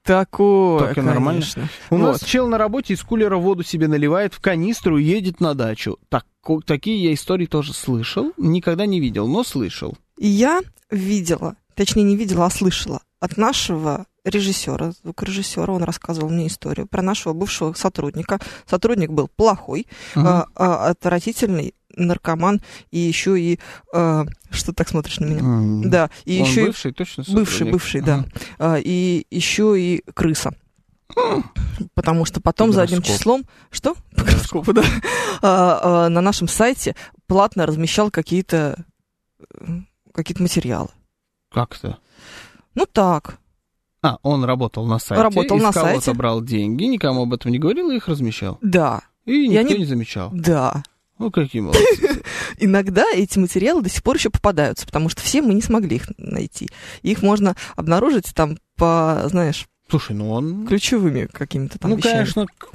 Такое, Так и нормально. конечно. У нас Вот. чел на работе из кулера воду себе наливает в канистру и едет на дачу. Так, ко- такие я истории тоже слышал. Никогда не видел, но слышал. И я видела, точнее не видела, а слышала от нашего режиссера, звукорежиссера, он рассказывал мне историю про нашего бывшего сотрудника. Сотрудник был плохой, а, а, отвратительный наркоман и еще и... а, что ты так смотришь на меня? Мгм. Да, и Он еще и бывший, точно бывший, сотрудник? бывший, да. Ага. А, и еще и крыса. Потому что потом за одним Гороскоп. числом, что? По гороскопу, да. А, а, на нашем сайте платно размещал какие-то э, какие-то материалы. Как-то. Ну так. А, он работал на сайте. Работал из на кого-то сайте. брал деньги, никому об этом не говорил и их размещал. Да, И Я никто не- не... замечал. да. Ну, какие молодцы. Иногда эти материалы до сих пор еще попадаются, потому что все мы не смогли их найти. Их можно обнаружить там по, знаешь, Слушай, ну он... ключевыми какими-то там ну, вещами. конечно, к-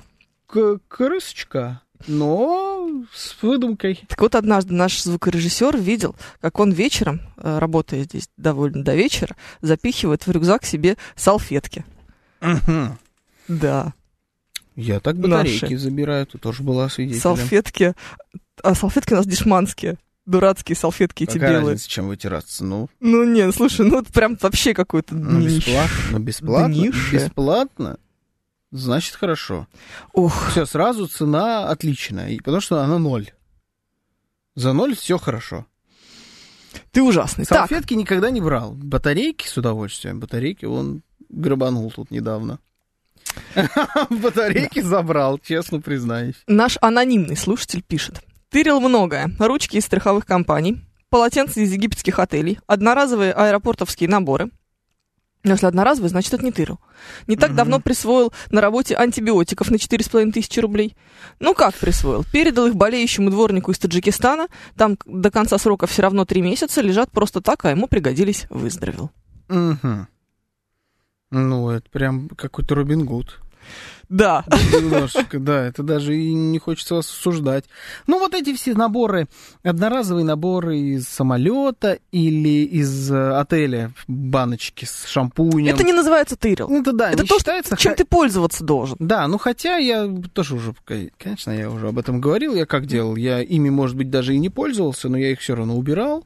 к- крысочка, но с выдумкой. Так вот, однажды наш звукорежиссер видел, как он вечером, э, работая здесь довольно до вечера, запихивает в рюкзак себе салфетки. Да, Я так Наши. батарейки забираю, ты тоже была свидетелем. салфетки. А салфетки у нас дешманские. Дурацкие салфетки эти Какая белые. разница, чем вытираться? Ну, Ну, не, слушай, ну, это прям вообще какой-то... ну, днище. бесплатно. Ну, бесплатно. Днище. Бесплатно. Значит, хорошо. Ох, Все, сразу цена отличная, и- потому что она ноль. За ноль все хорошо. ты ужасный. Так, Салфетки никогда не брал. Батарейки с удовольствием. Батарейки он грабанул тут недавно. Батарейки забрал, честно признаюсь. наш анонимный слушатель пишет. Тырил многое. Ручки из страховых компаний, полотенца из египетских отелей, одноразовые аэропортовские наборы. Но Если одноразовый, значит, это не тырил. Не так Мгм. давно присвоил на работе антибиотиков на 4,5 тысячи рублей. Ну как присвоил? Передал их болеющему дворнику из Таджикистана. Там к- до конца срока все равно 3 месяца лежат просто так, а ему пригодились, выздоровел. Мгм. Ну, это прям какой-то Робин Гуд. Да. Немножечко, да, это даже и не хочется вас осуждать. Ну, вот эти все наборы, одноразовые наборы из самолета или из э, отеля, баночки с шампунем. Это не называется тырил. Это да, это не то, что- считается, Чем ты пользоваться должен? Да, ну хотя я тоже уже, конечно, я уже об этом говорил, я как делал, я ими, может быть, даже и не пользовался, но я их все равно убирал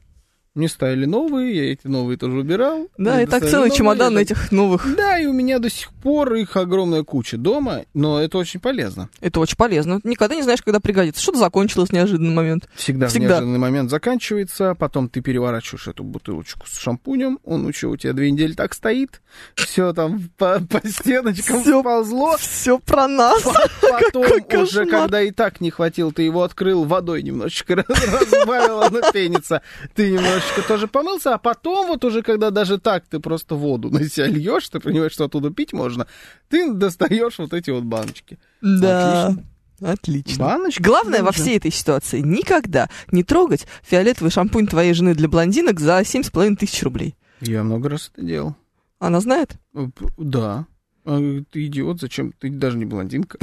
Мне ставили новые, я эти новые тоже убирал. Да, Мне и так доставили целый новые, чемодан я этих новых. так- Да, и у меня до сих пор их огромная куча дома, но это очень полезно. Это очень полезно. Никогда не знаешь, когда пригодится. Что-то закончилось в неожиданный момент. Всегда, Всегда. в неожиданный момент заканчивается, потом ты переворачиваешь эту бутылочку с шампунем, он еще у тебя две недели так стоит, все там по, по стеночкам Всё. ползло, Все про нас. потом Какой уже, кошмар. когда и так не хватило, ты его открыл, водой немножечко раз- разбавил, оно пенится, ты немножечко тоже помылся, а потом вот уже, когда даже так ты просто воду на себя льешь, ты понимаешь, что оттуда пить можно, ты достаешь вот эти вот баночки. Да. Отлично. Баночки? Главное во Нужно. всей этой ситуации никогда не трогать фиолетовый шампунь твоей жены для блондинок за 7,5 тысяч рублей. Я много раз это делал. Она знает? Э, п- Да. А, э, Ты идиот, зачем? Ты даже не блондинка.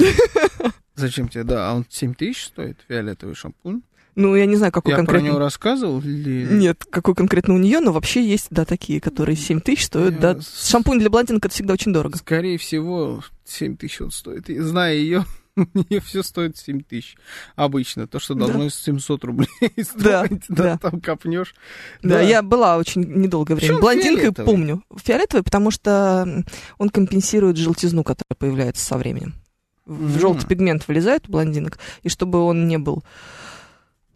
Зачем тебе? Да, а он 7 тысяч стоит, фиолетовый шампунь. Ну, я не знаю, какой Я про него конкретно... рассказывал? Или... Нет, какой конкретно у нее, но вообще есть, да, такие, которые 7 тысяч стоят, Я да. с- Шампунь для блондинок это всегда очень дорого. Скорее всего, 7 тысяч он стоит. И зная ее, мне все стоит 7 тысяч. Обычно. То, что Да. должно 700 рублей Да, стоить. Да, да. там копнешь. Да, я была очень недолгое время Почему блондинкой, фиолетовый? помню. Фиолетовый, потому что м, он компенсирует желтизну, которая появляется со временем. В Мгм. желтый пигмент вылезает у блондинок, и чтобы он не был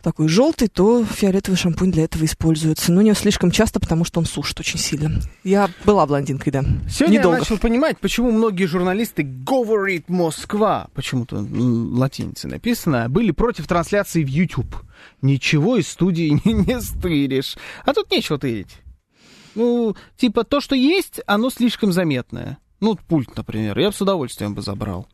такой желтый, то фиолетовый шампунь для этого используется. Но не слишком часто, потому что он сушит очень сильно. Я была блондинкой, да. Сегодня Недолго. я начал понимать, почему многие журналисты говорит Москва, почему-то м, латиницей написано, были против трансляции в YouTube. Ничего из студии не, не стыришь. А тут нечего тырить. Ну, типа, то, что есть, оно слишком заметное. Ну, вот пульт, например, я бы с удовольствием бы забрал.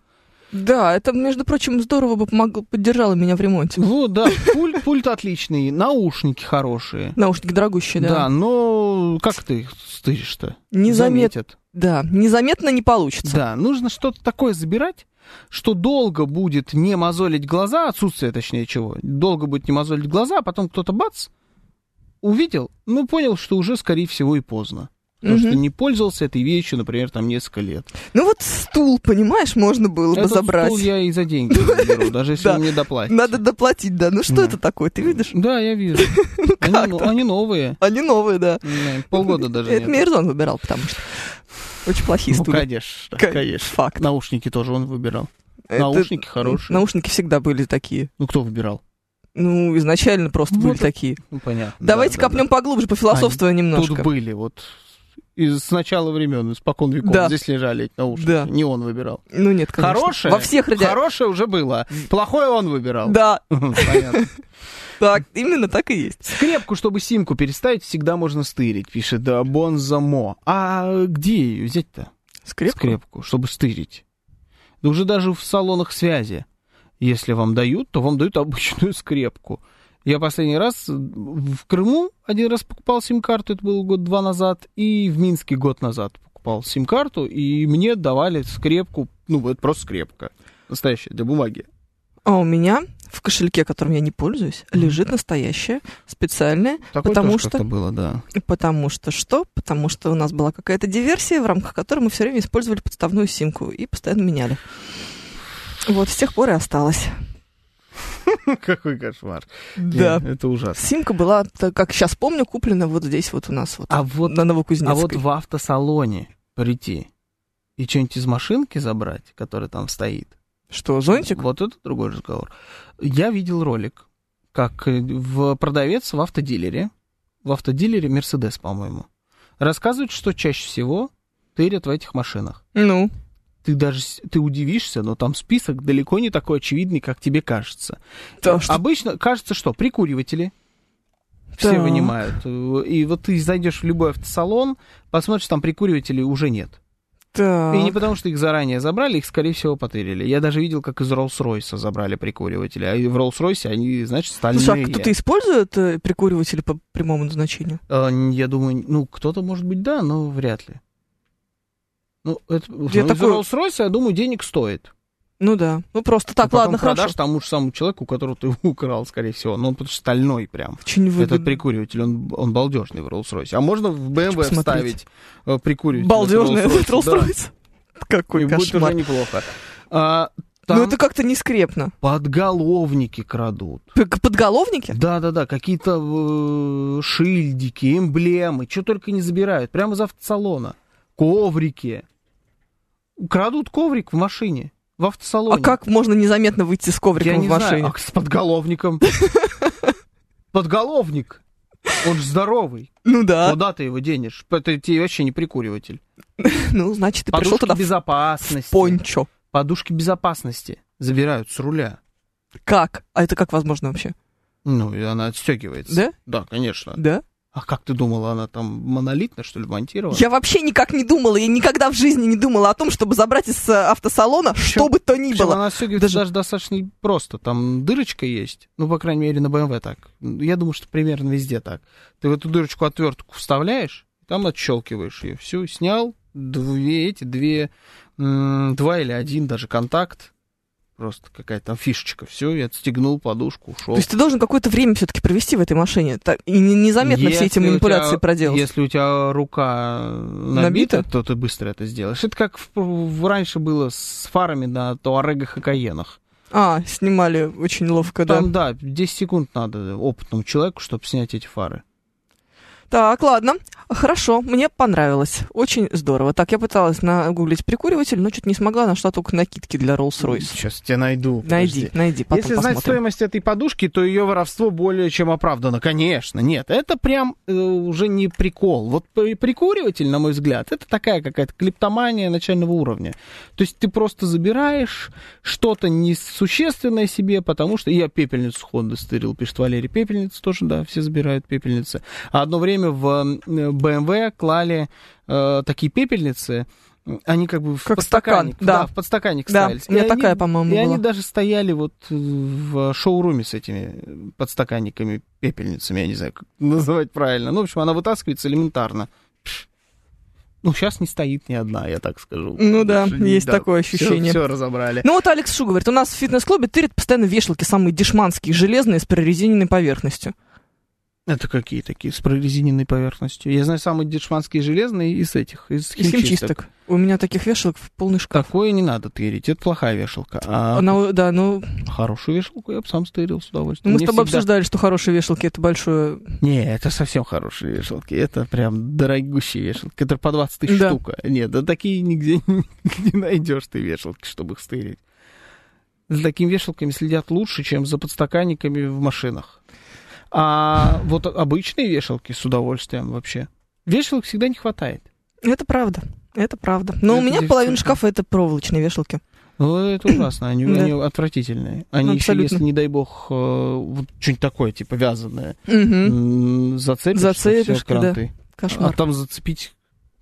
Да, это, между прочим, здорово бы помогло, поддержало меня в ремонте. Вот, да, пульт, пульт отличный, наушники хорошие. Наушники дорогущие, Да. да. но как ты их стыришь-то? Незамет... Заметят. Да, незаметно не получится. Да, нужно что-то такое забирать, что долго будет не мозолить глаза, отсутствие, точнее, чего, долго будет не мозолить глаза, а потом кто-то бац, увидел, ну, понял, что уже, скорее всего, и поздно. Потому Мгм. что не пользовался этой вещью, например, там несколько лет. Ну вот стул, понимаешь, можно было бы Этот забрать. стул я и за деньги заберу, даже если Да. вы мне доплатите. Надо доплатить, да. Ну что Да. это такое, ты видишь? Да, я вижу. Они Ну как но- так? Они новые. Они новые, да. Да, Полгода даже Это нет. Мейерзон выбирал, потому что очень плохие Ну, стулья. конечно, Кон- конечно. Факт. Наушники тоже он выбирал. Это- ну, Наушники хорошие. Наушники всегда были такие. Ну, кто выбирал? Ну, изначально просто Вот были это- такие. Ну, понятно. Давайте Да, да, да. копнем поглубже, пофилософствуем немножко. Тут были вот из с начала времен, испокон веков Да. здесь лежали эти наушники. Да. Не он выбирал. Ну нет, конечно. Хорошее? Во всех ради... Хорошее уже было. Плохое он выбирал. Да, Понятно. так, именно так и есть. Скрепку, чтобы симку переставить, всегда можно стырить, пишет да, Бонзамо. А где ее взять-то? Скрепку? Скрепку, чтобы стырить. Да уже даже в салонах связи. Если вам дают, то вам дают обычную скрепку. Я последний раз в Крыму один раз покупал сим-карту, это было год-два назад, и в Минске год назад покупал сим-карту, и мне давали скрепку, ну, это просто скрепка, настоящая, для бумаги. А у меня в кошельке, которым я не пользуюсь, лежит настоящая, специальная, Такое Потому тоже что- как-то было, да. потому что что? Потому что у нас была какая-то диверсия, в рамках которой мы все время использовали подставную симку и постоянно меняли. Вот, с тех пор и осталось. Какой кошмар. Да. Э, Это ужасно. Симка была, так как сейчас помню, куплена вот здесь вот у нас, вот А вот на А Новокузнецкой. вот в автосалоне прийти и что-нибудь из машинки забрать, который там стоит. Что, зонтик? Вот это другой разговор. Я видел ролик, как э, в продавец в автодилере, в автодилере Мерседес, по-моему, рассказывает, что чаще всего тырят в этих машинах. Ну, Ты даже с- ты удивишься, но там список далеко не такой очевидный, как тебе кажется. Э, то, что... Обычно кажется, что прикуриватели, а все Так. вынимают. Э, И вот ты зайдешь в любой автосалон, посмотришь, там прикуривателей уже нет. Так. И не потому, что их заранее забрали, их, скорее всего, потырили. Я даже видел, как из Роллс-Ройса забрали прикуриватели. А и в Роллс-Ройсе они, значит, стальные. Слушай, а кто-то использует э, прикуриватели по прямому назначению? Э, Я думаю, ну, кто-то, может быть, да, но вряд ли. Ну, это, ну, из такой- Роллс-Ройса, я думаю, денег стоит. Ну да. Ну А просто так, потом ладно, продашь хорошо. тому же самому человеку, у которого ты его украл, скорее всего. Но он потому что стальной прям. Очень выгодно. Этот прикуриватель, он, он балдежный в Роллс-Ройсе. А можно в BMW посмотреть. вставить э, прикуриватель? от Балдежный этот Rolls-Royce, да. Rolls-Royce. Какой И будет кошмар. уже неплохо. А, там Ну это как-то не скрепно. подголовники крадут. П- к- Подголовники? Да-да-да, какие-то э, шильдики, эмблемы, что только не забирают. Прямо из автосалона. Коврики. Крадут коврик в машине, в А автосалоне. как можно незаметно выйти с Я ковриком не в знаю, машине? а с подголовником. Подголовник. Он же здоровый. Ну да. Куда ты его денешь? Это тебе вообще не прикуриватель. Ну, значит, ты пришел Подушки туда в безопасности. пончо. Подушки безопасности забирают с руля. Как? А это как возможно вообще? Ну, и она отстегивается. Да? Да, конечно. Да? А как ты думала, она там монолитно, что ли, монтирована? Я вообще никак не думала, я никогда в жизни не думала о том, чтобы забрать из э, автосалона что бы то ни Причём было. она отстегивается Даже- даже... достаточно просто. Там дырочка есть. Ну, по крайней мере, на BMW так. Я думаю, что примерно везде так. Ты в эту дырочку отвертку вставляешь, там отщелкиваешь ее. Все, снял. Две эти, две, м, два или один даже контакт. Просто какая-то там фишечка. Все, я отстегнул подушку, ушел. То есть ты должен какое-то время все-таки провести в этой машине. Та- И не- незаметно все эти Если у манипуляции тебя- проделать. Если у тебя рука набита, Набита? то ты быстро это сделаешь. Это как в- в- раньше было с фарами на Туарегах и Каенах. А, снимали очень ловко, да. Там, да. 10 секунд надо опытному человеку, чтобы снять эти фары. Так, ладно. Хорошо, мне понравилось. Очень здорово. Так, я пыталась нагуглить прикуриватель, но что-то не смогла, нашла только накидки для Rolls-Royce. Сейчас тебя найду. Найди, найди, потом Если знать посмотрим. стоимость этой подушки, то ее воровство более чем оправдано. Конечно, нет. Это прям э, уже не прикол. Вот при- прикуриватель, на мой взгляд, это такая какая-то клептомания начального уровня. То есть ты просто забираешь что-то несущественное себе, потому что... Я пепельницу Honda стырил, пишет Валерий. Пепельницу тоже, да, все забирают пепельницы. А одно время в м, BMW клали э, такие пепельницы, м, они как бы в Как подстаканник, стакан, да. в подстаканник Да, ставились. у меня И они такая, по-моему, и была. они даже стояли вот э, в шоуруме с этими э, подстаканниками, пепельницами, я не знаю, как называть правильно. Ну, в общем, она вытаскивается элементарно. Пш. Ну, сейчас не стоит ни одна, я так скажу. Ну да, Потому что, есть такое ощущение. Все, разобрали. Ну вот Алекс Шу говорит, у нас в фитнес-клубе тырят постоянно вешалки самые дешманские, железные, с прорезиненной поверхностью. Это какие такие, с прорезиненной поверхностью? Я знаю, самые дешманские железные из этих, из Из химчисток. химчисток. У меня таких вешалок в полный шкаф. Такое не надо тырить, это плохая вешалка. А Она, да, ну, хорошую вешалку я бы сам стырил с удовольствием. мы с Мне тобой всегда- обсуждали, что хорошие вешалки это большое Не, это совсем хорошие вешалки. Это прям дорогущие вешалки, которые по 20 тысяч Да. штука. Нет, да такие нигде не найдешь ты вешалки, чтобы их стырить. За такими вешалками следят лучше, чем за подстаканниками в машинах. А вот обычные вешалки с удовольствием вообще. Вешалок всегда не хватает. Это правда. Это правда. Но у Это меня половина действительно. шкафа это проволочные вешалки. Ну, это ужасно, они, Да. они отвратительные. Они Ну, еще, абсолютно. если, не дай бог, э, вот что-нибудь такое, типа вязаное, Мгм. м, зацепишь, Зацепишь, все, кранты. А Кошмар. там зацепить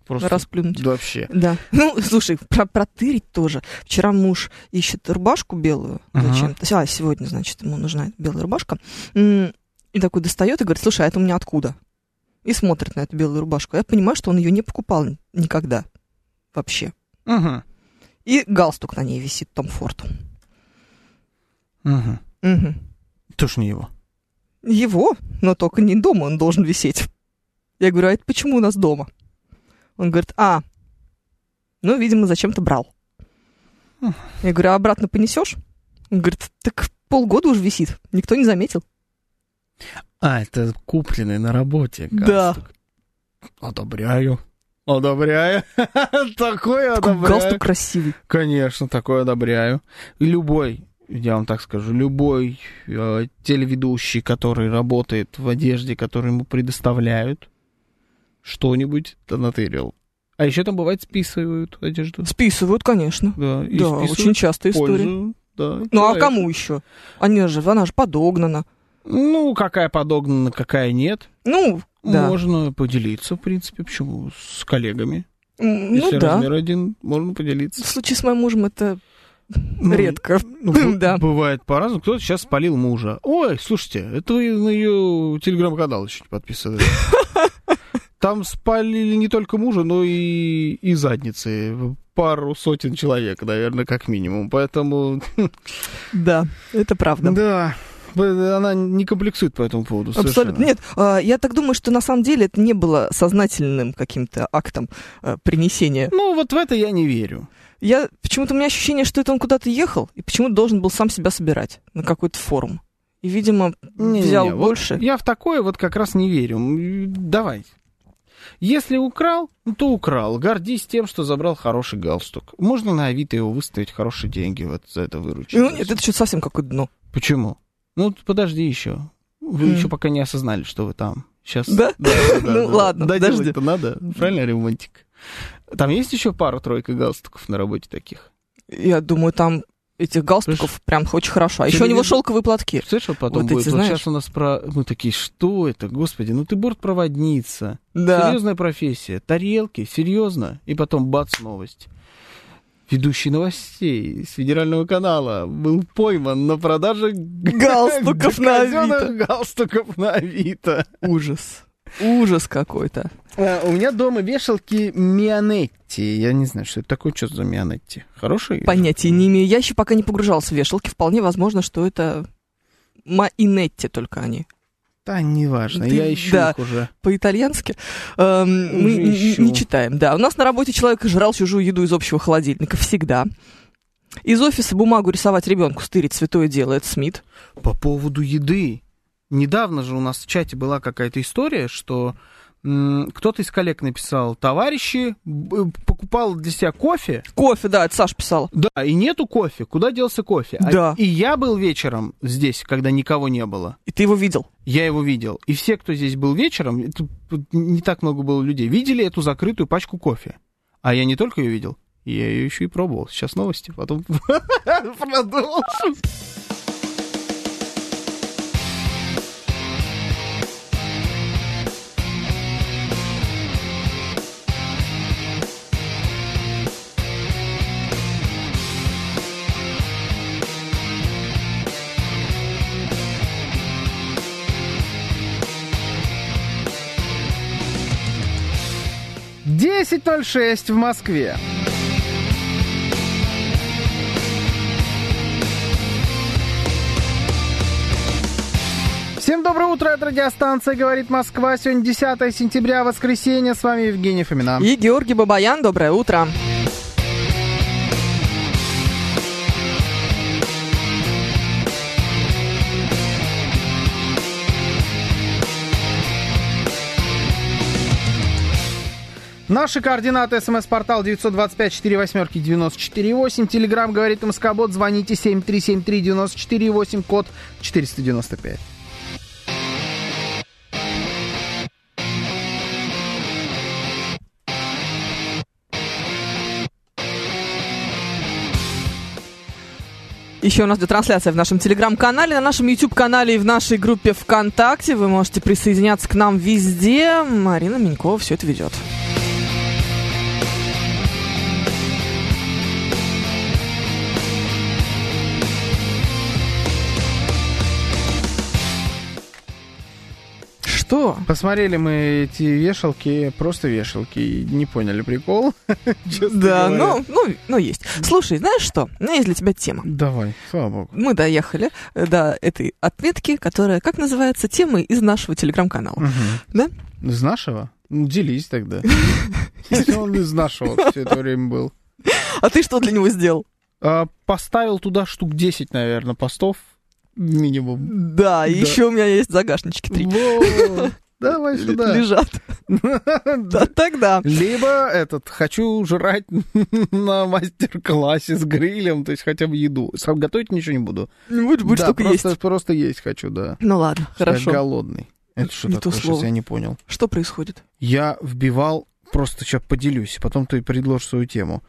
просто Расплюнуть. Да вообще. Да. Ну, слушай, про протырить тоже. Вчера муж ищет рубашку белую Ага. зачем-то. А, сегодня, значит, ему нужна белая рубашка. М, И такой достает и говорит, слушай, а это у меня откуда? И смотрит на эту белую рубашку. Я понимаю, что он ее не покупал никогда вообще. Угу. И галстук на ней висит Том Форд. Угу. Мгм. Тоже не его. Его, но только не дома он должен висеть. Я говорю, а это почему у нас дома? Он говорит, а, ну, видимо, зачем-то брал. Эх. Я говорю, а обратно понесешь? Он говорит, так полгода уже висит, никто не заметил. А, это купленный на работе Да. галстук. Одобряю. Одобряю. Такое Такой одобряю. галстук красивый. Конечно, такое одобряю. И Любой, я вам так скажу, любой э, телеведущий, который работает в одежде, которую ему предоставляют, что-нибудь донатырил. А еще там бывает списывают одежду. Списывают, конечно. Да, и да, списывают очень частая в история. пользу, Да, Ну, а человека. кому еще? Они же, она же подогнана. Ну, какая подогнана, какая нет. Ну, да. Можно поделиться, в принципе, почему с коллегами. М, Если ну, да. размер один, можно В поделиться. случае с моим мужем это Ну, редко. ну, б- Да. Бывает по-разному. Кто-то сейчас спалил мужа. Ой, слушайте, это вы на ее телеграм-канал еще не подписаны. Там спалили не только мужа, но и, и задницы. Пару сотен человек, наверное, как минимум. Поэтому, Да, это правда. да, она не комплексует по этому поводу Абсолютно. совершенно. Нет, а, я так думаю, что на самом деле это не было сознательным каким-то актом а, принесения. Ну, вот в это я не верю. Я почему-то у меня ощущение, что это он куда-то ехал и почему-то должен был сам себя собирать на какой-то форум. И, видимо, Не-не-не, взял вот больше. Я в такое вот как раз не верю. М, Давай. Если украл, ну, то украл. Гордись тем, что забрал хороший галстук. Можно на Авито его выставить, хорошие деньги вот за это выручить. Ну, нет, это что-то совсем какое-то дно. Почему? Ну, т- подожди еще. Вы М. еще пока не осознали, что вы там. Сейчас. Хм. Да? Ну, ладно, Доделать-то надо. Правильно, ремонтик? Там есть еще пара-тройка галстуков на работе таких? Я думаю, там этих галстуков прям очень хорошо. А еще у него Телевизор- шелковые платки. Слышь, вот потом Вот эти, будет, вот знаешь- сейчас у нас про... Мы такие, что это, господи, ну ты бортпроводница. Да. Серьезная профессия. Тарелки, серьезно. И потом бац, новость. Ведущий новостей с федерального канала был пойман на продаже г- Галстуков на казенных Авито. Галстуков на Авито. Ужас. Ужас какой-то. А, У меня дома вешалки Мионетти. Я не знаю, что это такое, что за Мионетти. Хороший? Понятия не имею. Я еще пока не погружался в вешалки. Вполне возможно, что это Маинетти только они. Да, неважно, Ты- я ищу да. их уже. По-итальянски эм, мы Уже н- ищу. не читаем. Да, у нас на работе человек жрал чужую еду из общего холодильника всегда. Из офиса бумагу рисовать ребенку стырить святое дело, это Смит. По поводу еды. Недавно же у нас в чате была какая-то история, что м, кто-то из коллег написал, товарищи, б- покупал для себя кофе, Кофе, да, это Саша писал. да, и нету кофе, куда делся кофе? А- Да. и я был вечером здесь, когда никого не было. И ты его видел. Я его видел. И все, кто здесь был вечером, это п- не так много было людей, видели эту закрытую пачку кофе. А я не только ее видел, я ее еще и пробовал. Сейчас новости, потом продолжим. Десять ноль шесть в Москве. Всем доброе утро, это радиостанция «Говорит Москва». Сегодня 10 сентября, воскресенье. С вами Евгений Фомина. И Георгий Бабаян, доброе утро. Наши координаты. СМС-портал 925-48-94-8. Телеграмм «Говорит Москобот». Звоните 7373-94-8, код 495. Еще у нас идет трансляция в нашем телеграм-канале, на нашем YouTube-канале и в нашей группе ВКонтакте. Вы можете присоединяться к нам везде. Марина Минькова все это ведет. Что? Посмотрели мы эти вешалки, просто вешалки, и не поняли прикол. честно Да, говоря. ну, ну, ну есть. Слушай, знаешь что? У меня есть для тебя тема. Давай, слава богу. Мы доехали э, до этой отметки, которая, как называется, темы из нашего телеграм-канала. Да? Из нашего? Ну, делись тогда. Если он из нашего все это время был. А ты что для него сделал? А, Поставил туда штук 10, наверное, постов. Минимум. Да, и Да. еще у меня есть загашнички три. Во, Давай Л- сюда. Лежат. Да, тогда. Либо этот, хочу жрать на мастер-классе с грилем, то есть хотя бы еду. Сам готовить ничего не буду. Будешь, будешь Да, только просто, есть. Просто есть хочу, да. Ну ладно, Я хорошо. голодный. Это что Не то такое? Сейчас слово. я не понял. Что происходит? Я вбивал, просто сейчас поделюсь, потом ты предложишь свою тему.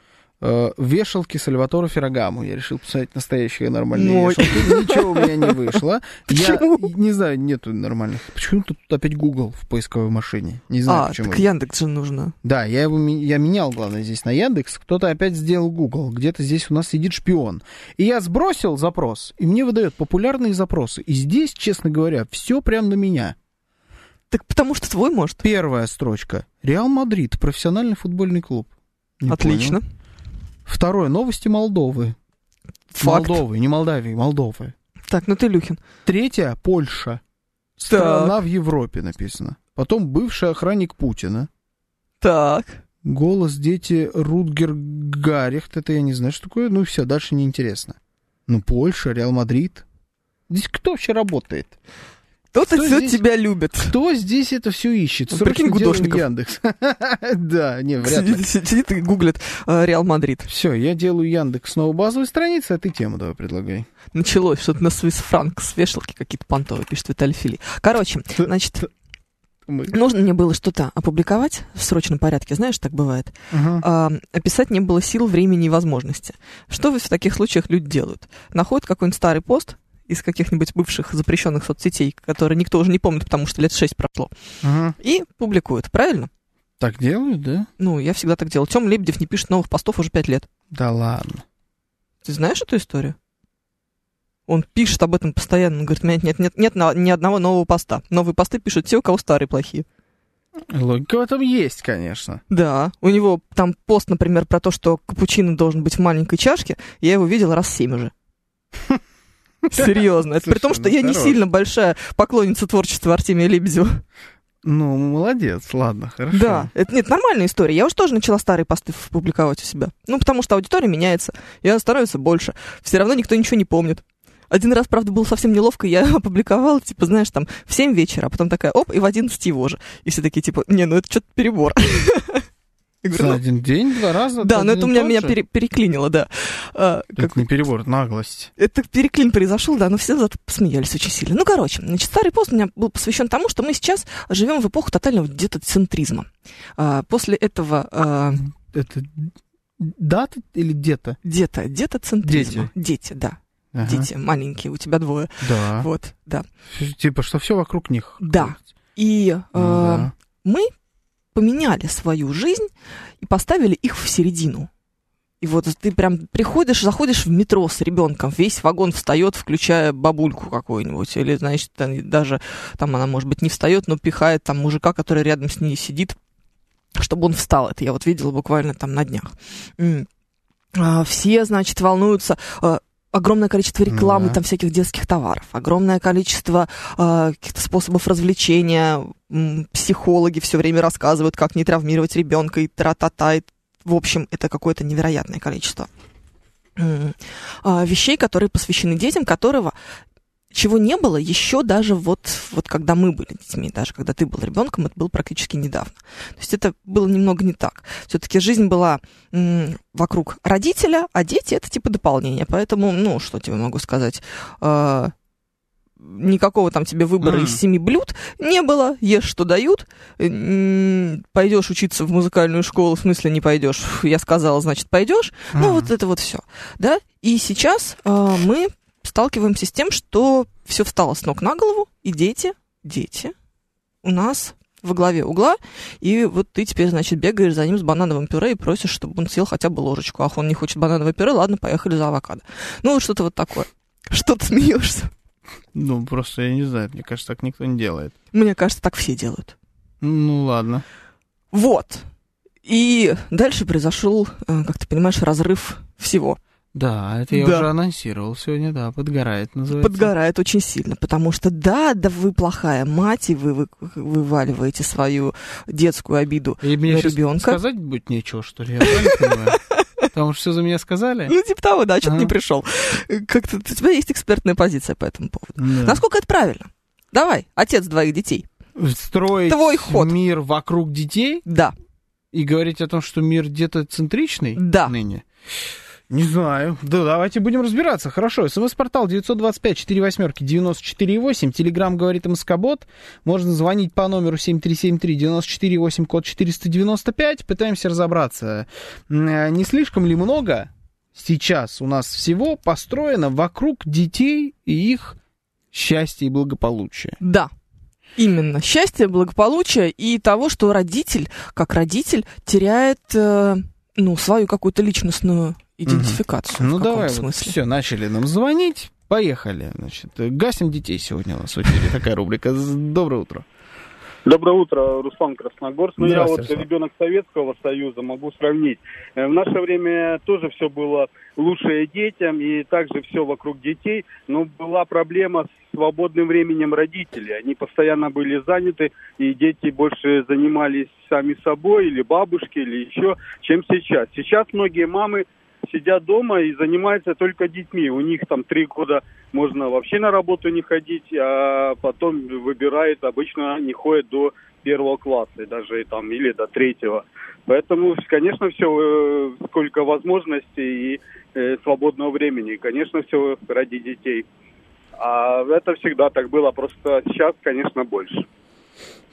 Э, Вешалки Сальватора Феррагаму. Я решил посмотреть настоящие нормальные Ну, вешалки. Ничего у меня не вышло. Я Почему? не знаю, нету нормальных. Почему-то тут опять Google в поисковой машине. Не знаю, А, почему. так Яндекс же нужно. Да, я его ми- я менял, главное, здесь на Яндекс. Кто-то опять сделал Google. Где-то здесь у нас сидит шпион. И я сбросил запрос, и мне выдает популярные запросы. И здесь, честно говоря, все прям на меня. Так потому что твой может. Первая строчка. Реал Мадрид, профессиональный футбольный клуб. Не понял. Отлично. Второе. Новости Молдовы. Факт. Молдовы, не Молдавии, Молдовы. Так, ну ты Люхин. Третье. Польша. Страна в Европе написано. Потом бывший охранник Путина. Так. Голос дети Рудгер Гарихт. Это я не знаю, что такое. Ну все, дальше неинтересно. Ну, Польша, Реал Мадрид. Здесь кто вообще работает? Кто-то Кто все здесь? тебя любит. Кто здесь это все ищет? Ну, Срочно прикинь, делаем гудошников. Яндекс. Да, не, вряд ли. Сидит, сидит и гуглит э, Реал Мадрид. Все, я делаю Яндекс снова базовой страницы, а ты тему давай предлагай. Началось что-то на Свисфранк с вешалки какие-то понтовые, пишет Виталий Фили. Короче, значит, Мы- нужно мне было что-то опубликовать в срочном порядке, знаешь, так бывает. Ага. а, описать не было сил, времени и возможности. Что в таких случаях люди делают? Находят какой-нибудь старый пост из каких-нибудь бывших запрещенных соцсетей, которые никто уже не помнит, потому что лет шесть прошло, Ага. и публикуют, правильно? Так делают, да? Ну, я всегда так делал. Тем Лебедев не пишет новых постов уже пять лет. Да ладно. Ты знаешь эту историю? Он пишет об этом постоянно. Он говорит, у меня нет, нет, нет на- ни одного нового поста. Новые посты пишут те, у кого старые плохие. Логика в этом есть, конечно. Да, у него там пост, например, про то, что капучино должен быть в маленькой чашке, я его видел раз семь уже. Серьезно. Это при том, Слушай, что ну, я не хорош. сильно большая поклонница творчества Артемия Лебедева. Ну, молодец, ладно, хорошо. Да, это нет, нормальная история. Я уже тоже начала старые посты ф- публиковать у себя. Ну, потому что аудитория меняется, и она становится больше. Все равно никто ничего не помнит. Один раз, правда, было совсем неловко, я опубликовала, типа, знаешь, там, в 7 вечера, а потом такая, оп, и в 11 его же. И все такие, типа, не, ну это что-то перебор. Я говорю, За «Ну, один день два раза? Да, один но это у и меня, тот меня же? пере- переклинило, да. А, Это как- не перебор, наглость. это переклин произошел, да, но все зато посмеялись очень сильно. Ну, короче, значит, старый пост у меня был посвящен тому, что мы сейчас живем в эпоху тотального детоцентризма. А, после этого а, Это дата или где-то? дето, детоцентризма. Дети, да, Ага. А? дети маленькие, у тебя двое. Да. Вот, да. Ф- Типа, что все вокруг них. Да. крутится. И Ну а, да. мы поменяли свою жизнь и поставили их в середину. И вот ты прям приходишь, заходишь в метро с ребенком, весь вагон встает, включая бабульку какую-нибудь, или, значит, там даже там она, может быть, не встает, но пихает там мужика, который рядом с ней сидит, чтобы он встал. Это я вот видела буквально там на днях. М. А, Все, значит, волнуются. А, Огромное количество рекламы, Да. там всяких детских товаров, огромное количество а, каких-то способов развлечения. М, Психологи все время рассказывают, как не травмировать ребенка и тра-та-та. и В общем, это какое-то невероятное количество м, а, вещей, которые посвящены детям, которого чего не было еще даже вот, вот когда мы были детьми, даже когда ты был ребенком, это было практически недавно. То есть это было немного не так. Все-таки жизнь была м, вокруг родителя, а дети это типа дополнение. Поэтому, ну, что тебе могу сказать? Э, никакого там тебе выбора Мгм. из семи блюд не было. Ешь, что дают. М, Пойдешь учиться в музыкальную школу, в смысле не пойдешь. Фу, Я сказала, значит, пойдешь. Ну, Ага. вот это вот все. Да? И сейчас а, мы сталкиваемся с тем, что все встало с ног на голову, и дети, дети у нас во главе угла, и вот ты теперь, значит, бегаешь за ним с банановым пюре и просишь, чтобы он съел хотя бы ложечку. Ах, он не хочет банановое пюре, ладно, поехали за авокадо. Ну, вот что-то вот такое. Что ты смеешься? Ну, просто я не знаю, мне кажется, так никто не делает. Мне кажется, так все делают. Ну, ладно. Вот. И дальше произошел, э, как ты понимаешь, разрыв всего. Да, это я Да. уже анонсировал сегодня, да, подгорает называется. подгорает очень сильно, потому что да, да вы плохая мать, и вы, вы- вываливаете свою детскую обиду. И мне на сейчас ребёнка. сказать будет нечего, что ли, я правильно понимаю? Потому что все за меня сказали? Ну, типа того, да, что ты не Ага. пришел. Как-то у тебя есть экспертная позиция по этому поводу. Да. Насколько это правильно? Давай, отец двоих детей. Строить Твой ход. мир вокруг детей Да, и говорить о том, что мир детоцентричный Да. ныне? Не знаю. Да, давайте будем разбираться. Хорошо. СМС-портал 925-48-94-8. Телеграмм говорит Москобот. Можно звонить по номеру 7373-94-8, код 495. Пытаемся разобраться, м, э, не слишком ли много сейчас у нас всего построено вокруг детей и их счастья и благополучия? да. Именно. Счастье, благополучие и того, что родитель, как родитель, теряет, э, ну, свою какую-то личностную идентификацию. Ну в каком-то давай, смысле. все, начали нам звонить. Поехали. Значит, э, гасим детей сегодня у нас в эфире. Такая рубрика. З- Доброе утро. Доброе утро, Руслан Красногорск. Ну, я Здравствуйте, вот Руслан. ребенок Советского Союза, могу сравнить. Э, В наше время тоже все было лучшее детям, и также все вокруг детей. Но была проблема с свободным временем родителей. Они постоянно были заняты, и дети больше занимались сами собой, или бабушки, или еще, чем сейчас. Сейчас многие мамы сидят дома и занимаются только детьми. У них там три года можно вообще на работу не ходить, а потом выбирают, обычно не ходят до первого класса, и даже и там или до третьего. Поэтому, конечно, все э, сколько возможностей и э, свободного времени, и, конечно, все ради детей. А это всегда так было, просто сейчас, конечно, больше.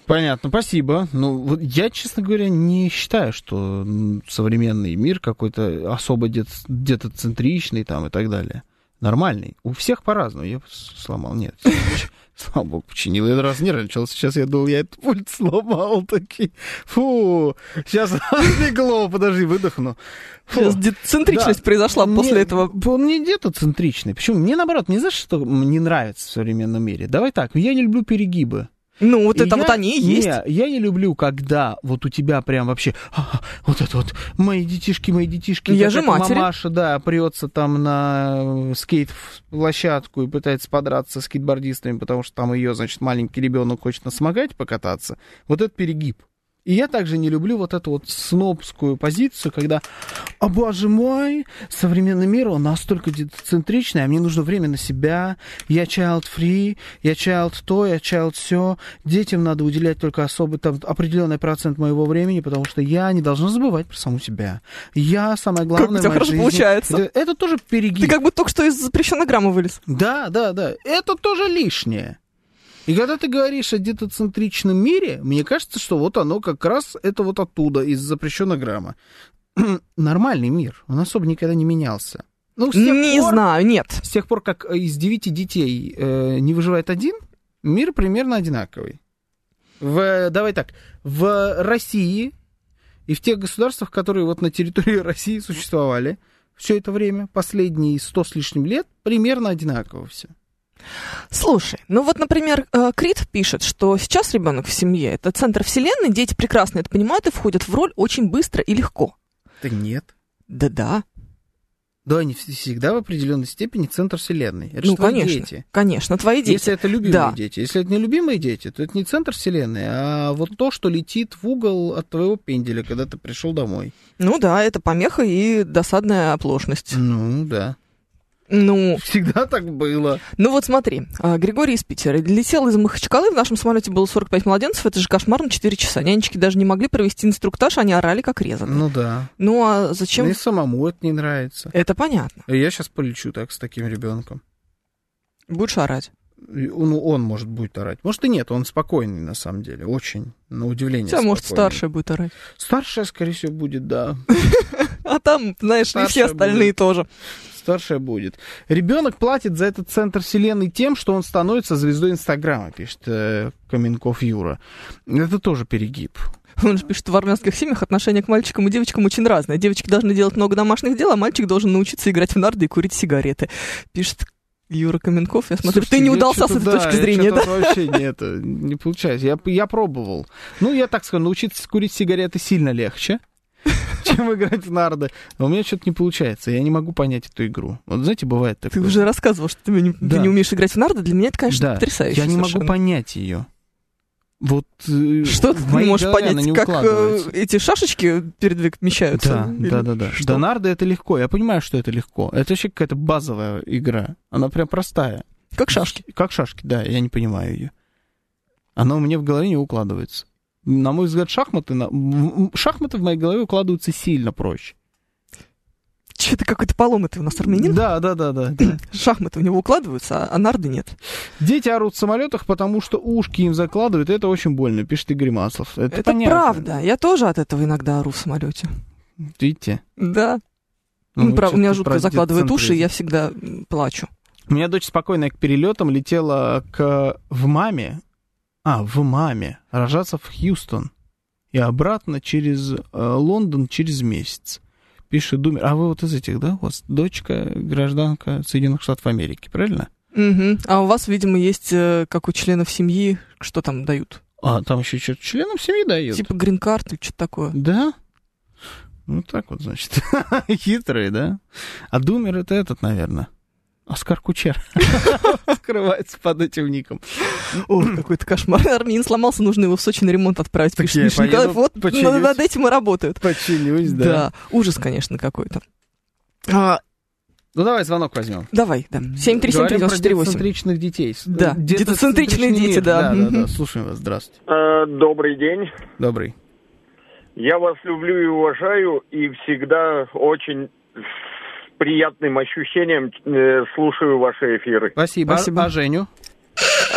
Понятно, спасибо. Ну, вот я, честно говоря, не считаю, что м, современный мир какой-то особо дет- где-то центричный там и так далее. Нормальный. У всех по-разному. Я с- сломал, нет. Слава богу, починил. Я раз нервничал. Сейчас я думал, я этот пульт сломал таки. Фу, сейчас отлегло. Подожди, выдохну. Фу. Сейчас децентричность Да. произошла после Мне- этого. Он не где-то центричный. Почему? Мне, наоборот, не знаешь, что мне нравится в современном мире. Давай так, я не люблю перегибы. Ну, вот И это я- вот они и есть. Не, я не люблю, когда вот у тебя прям вообще «А, вот это вот, мои детишки, мои детишки. Я И как же эта матери. Мамаша, да, прется там на э, скейт-площадку и пытается подраться с скейтбордистами, потому что там ее, значит, маленький ребенок хочет на самокате покататься. Вот это перегиб. И я также не люблю вот эту вот снобскую позицию, когда, а боже мой, современный мир, он настолько центричный, а мне нужно время на себя, я child free, я child то, я child все, детям надо уделять только особый, там, определенный процент моего времени, потому что я не должна забывать про саму себя. Я самое главное у тебя в моей хорошо жизни. получается. Это, это тоже перегиб. Ты как будто только что из запрещенограммы вылез. Да, да, да. Это тоже лишнее. И когда ты говоришь о детоцентричном мире, мне кажется, что вот оно как раз это вот оттуда, из запрещенограмма. Нормальный мир. Он особо никогда не менялся. Ну, с тех Не пор- знаю, нет. С тех пор, как из девяти детей э, не выживает один, мир примерно одинаковый. В, давай так, в России и в тех государствах, которые вот на территории России существовали все это время, последние сто с лишним лет, примерно одинаково все. Слушай, ну вот, например, э, Крит пишет, что сейчас ребенок в семье это центр вселенной, дети прекрасно это понимают и входят в роль очень быстро и легко. Да нет. Да-да, Да, они вс- всегда в определенной степени центр вселенной. Это Ну, же твои конечно. дети. конечно, твои дети. Если это любимые Да. дети. Если это не любимые дети, то это не центр вселенной, а вот то, что летит в угол от твоего пенделя, когда ты пришел домой. Ну да, это помеха и досадная оплошность. Ну, да. Ну, Всегда так было. Ну вот смотри, а, Григорий из Питера. Летел из Махачкалы, в нашем самолете было 45 младенцев, это же кошмар на 4 часа. Нянечки даже не могли провести инструктаж, они орали как резаны. Ну да. Ну а зачем? Мне самому это не нравится. Это понятно. Я сейчас полечу так с таким ребенком. Будешь орать. Ну, он может будет орать. Может и нет, он спокойный на самом деле. Очень. На удивление. Хотя, может, спокойный. старшая будет орать. Старшая, скорее всего, будет, да. А там, знаешь, и все Старшая остальные тоже. Старшая будет. Ребенок платит за этот центр вселенной тем, что он становится звездой Инстаграма, пишет э, Каменков Юра. Это тоже перегиб. Он же пишет, в армянских семьях отношение к мальчикам и девочкам очень разное. Девочки должны делать много домашних дел, а мальчик должен научиться играть в нарды и курить сигареты. Пишет Юра Каменков. Я смотрю, Слушайте, ну, ты не я удался с чё-то, этой да, точки я зрения, да? чё-то вообще не это, не получается. Я, я пробовал. Ну, я так скажу, научиться курить сигареты сильно легче, чем играть в нарды. Но у меня что-то не получается. Я не могу понять эту игру. Вот знаете, бывает такое. Ты уже рассказывал, что ты не, ты Да. не умеешь играть в нарды. Для меня это, конечно, Да. потрясающе Я не могу совершенно. понять ее. Вот э, Что ты в не моей можешь голове она понять, не как э, укладывается. эти шашечки передвигаются? Да, да, да, да. что? До нарды это легко. Я понимаю, что это легко. Это вообще какая-то базовая игра. Она прям простая. Как шашки. Как шашки, да, я не понимаю ее. Она у меня в голове не укладывается. На мой взгляд, шахматы, на- м- м- шахматы в моей голове укладываются сильно проще. Че ты какой-то поломый ты у нас армянин? Да, да, да, да. да. Шахматы у него укладываются, а, а нарды нет. Дети орут в самолетах, потому что ушки им закладывают, и это очень больно, пишет Игорь Маслов. Это, Это понятно. правда. Я тоже от этого иногда ору в самолете. Видите? Да. Ну, Ну, прав- у меня чё-то про жутко закладывает уши, и детцентризм. я всегда м, плачу. У меня дочь спокойная к перелетам летела к в маме, а в маме рожаться в Хьюстон и обратно через э, Лондон через месяц. Пишет Думер. А вы вот из этих, да? У вас дочка гражданка Соединенных Штатов Америки, правильно? Мгм. А у вас, видимо, есть, э, как у членов семьи, что там дают? А там еще что-то членам семьи дают. Типа грин-карт или что-то такое. Да? Ну, так вот, значит. Хитрые, да? А Думер это этот, наверное. Оскар Кучер скрывается под этим ником. О, какой-то кошмар. Армин сломался, нужно его в Сочи на ремонт отправить. Так пишет я Миша поеду, Николаев. Вот починюсь. над этим и работают. Починюсь, Да. ужас, конечно, какой-то. А, Ну, давай звонок возьмем. давай, да. 7373948. детоцентричных детей. э, Да, детоцентричные дети, да. Да, да, да. Мгм. Слушаем вас. Здравствуйте. Э, Добрый день. Добрый. Я вас люблю и уважаю, и всегда очень с приятным ощущением э, слушаю ваши эфиры. Спасибо. Спасибо. А Женю?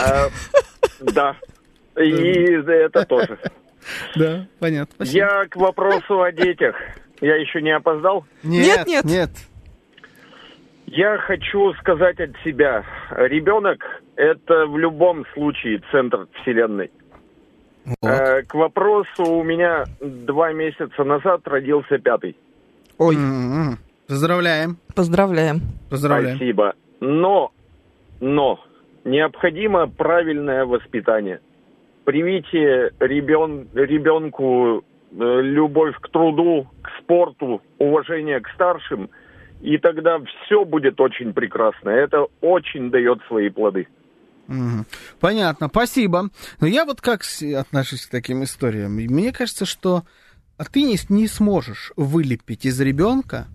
Э, Да. И это тоже. Да, понятно. Я к вопросу о детях. Я еще не опоздал. Нет, нет. Нет. Я хочу сказать от себя. Ребенок – это в любом случае центр вселенной. Э, К вопросу у меня два месяца назад родился пятый. Ой. Поздравляем. Поздравляем. Поздравляем. Спасибо. Но, но необходимо правильное воспитание. Привите ребен, ребенку э, любовь к труду, к спорту, уважение к старшим, и тогда все будет очень прекрасно. Это очень дает свои плоды. Мгм. Понятно, спасибо. Но я вот как с- отношусь к таким историям? И Мне кажется, что а ты не, с- не сможешь вылепить из ребенка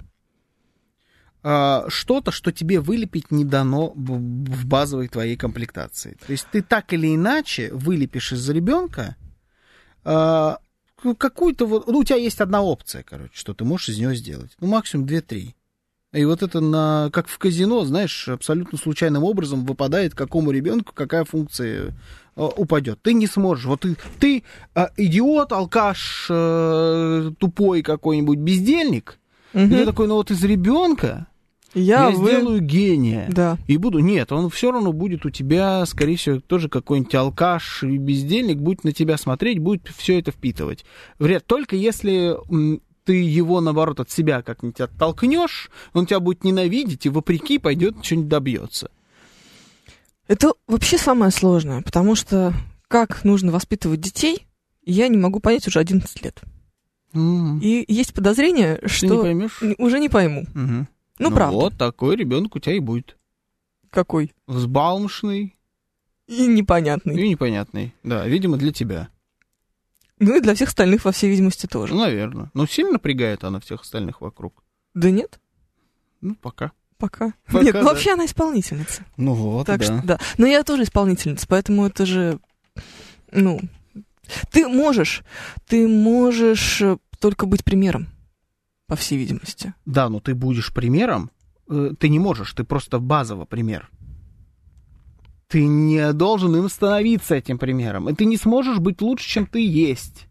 а, что-то, что тебе вылепить не дано в- в базовой твоей комплектации. То есть ты так или иначе вылепишь из ребенка а, ну, какую-то вот... Ну, у тебя есть одна опция, короче, что ты можешь из нее сделать. Ну, максимум 2-3. И вот это на, как в казино, знаешь, абсолютно случайным образом выпадает какому ребенку какая функция э, упадет. Ты не сможешь. Вот ты, ты э, идиот, алкаш, э, тупой какой-нибудь бездельник. И ты Мгм. такой, ну вот из ребенка Я, я вы- сделаю гения. Да. И буду... Нет, он все равно будет у тебя, скорее всего, тоже какой-нибудь алкаш и бездельник будет на тебя смотреть, будет все это впитывать. Вряд только если м, ты его, наоборот, от себя как-нибудь оттолкнешь, он тебя будет ненавидеть и вопреки пойдет что-нибудь добьется. Это вообще самое сложное, потому что как нужно воспитывать детей, я не могу понять уже 11 лет. Ты И есть подозрение, не что поймешь? н- уже не пойму. Мгм. Ну, правда. Вот такой ребенок у тебя и будет. Какой? Взбалмошный Ну И непонятный. и непонятный. Да, видимо, для тебя. Ну и для всех остальных, во всей видимости, тоже. Ну, наверное. Но сильно напрягает она всех остальных вокруг. Да нет, Ну, пока. пока. Пока, нет, ну, да. вообще она исполнительница. Ну вот, так что да. Но я тоже исполнительница, поэтому это же, ну, ты можешь, ты можешь э, только быть примером, по всей видимости. Да, но ты будешь примером. э, Ты не можешь, ты просто базово пример. Ты не должен им становиться этим примером. И ты не сможешь быть лучше, чем ты есть.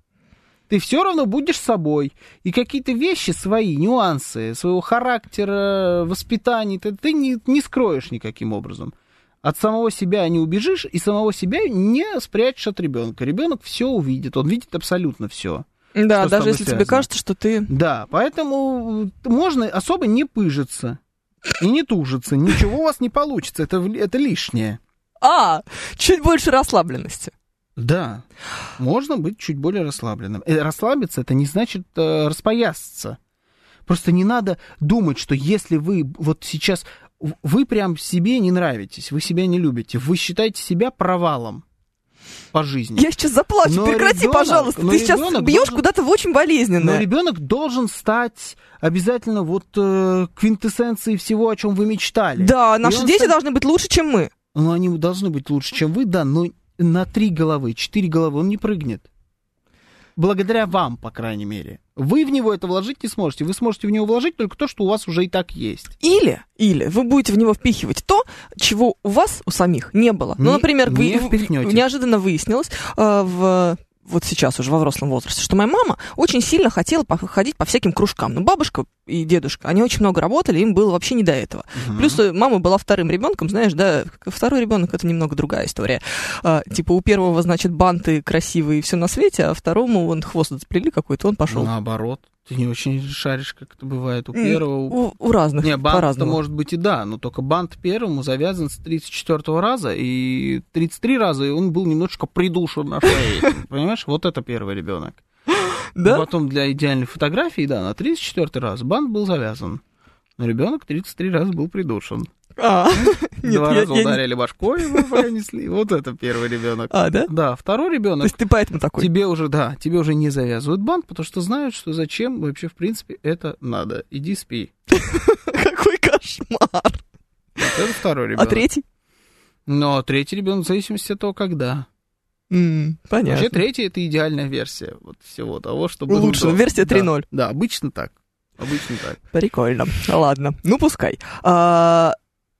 Ты все равно будешь собой. И какие-то вещи свои, нюансы, своего характера, воспитания, ты, ты не, не скроешь никаким образом. От самого себя не убежишь, и самого себя не спрячешь от ребенка. Ребенок все увидит, он видит абсолютно все. Да, Что с даже тобой если тебе связано? кажется, что ты... Да, поэтому э, можно особо не пыжиться и не тужиться. Ничего у вас не получится, это, в- это лишнее. А, чуть больше расслабленности. Да, можно быть чуть более расслабленным. Э, Расслабиться это не значит э, распоясаться. Просто не надо думать, что если вы вот сейчас в- вы прям себе не нравитесь, вы себя не любите, вы считаете себя провалом по жизни. Я сейчас заплачу, Но прекрати, ребенок- пожалуйста. но Ты сейчас ребенок бьешь должен- куда-то в очень Но болезненное. ребенок должен стать обязательно вот э, квинтэссенцией всего, о чем вы мечтали. Да, И наши он дети станет- должны быть лучше, чем мы. Ну, они должны быть лучше, чем вы, да, но на три головы, четыре головы он не прыгнет. Благодаря вам, по крайней мере. Вы в него это вложить не сможете. Вы сможете в него вложить только то, что у вас уже и так есть. Или, или вы будете в него впихивать то, чего у вас у самих не было. ну, Не- например, вы- не в- впихнёте. неожиданно выяснилось э, в вот сейчас уже во взрослом возрасте, что моя мама очень сильно хотела походить по всяким кружкам. Но бабушка и дедушка, они очень много работали, им было вообще не до этого. Плюс э, мама была вторым ребенком, знаешь, да, к- второй ребенок это немного другая история. А, типа у первого, значит, банты красивые и все на свете, а второму он хвост отплели какой-то, он пошел. наоборот, ты не очень шаришь, как это бывает Ну, у М, первого. У, у разных Не, бант по-разному. может быть и да, но только бант первому завязан с 34 раза, и 33 раза и он был немножечко придушен на шее. Понимаешь, вот это первый ребенок. Ну, Да? Потом для идеальной фотографии, да, на 34 раз бант был завязан. Но ребенок 33 раза был придушен. А, нет, Два я- раза я не- ударили башкой, его понесли. Вот это первый ребенок. А, да? Да, второй То ребенок. есть ты поэтому такой. Тебе уже, да, тебе уже не завязывают бант, потому что знают, что зачем вообще, в принципе, это надо. Иди спи. Типа Какой кошмар. Вот это второй А ребенок. третий? Но третий ребенок в зависимости от того, когда. М, Вообще, Понятно. третий это идеальная версия вот всего того, что было Лучше. до. Версия Да. 3.0. Да, обычно так. Обычно так. Прикольно. Ладно, ну пускай. А,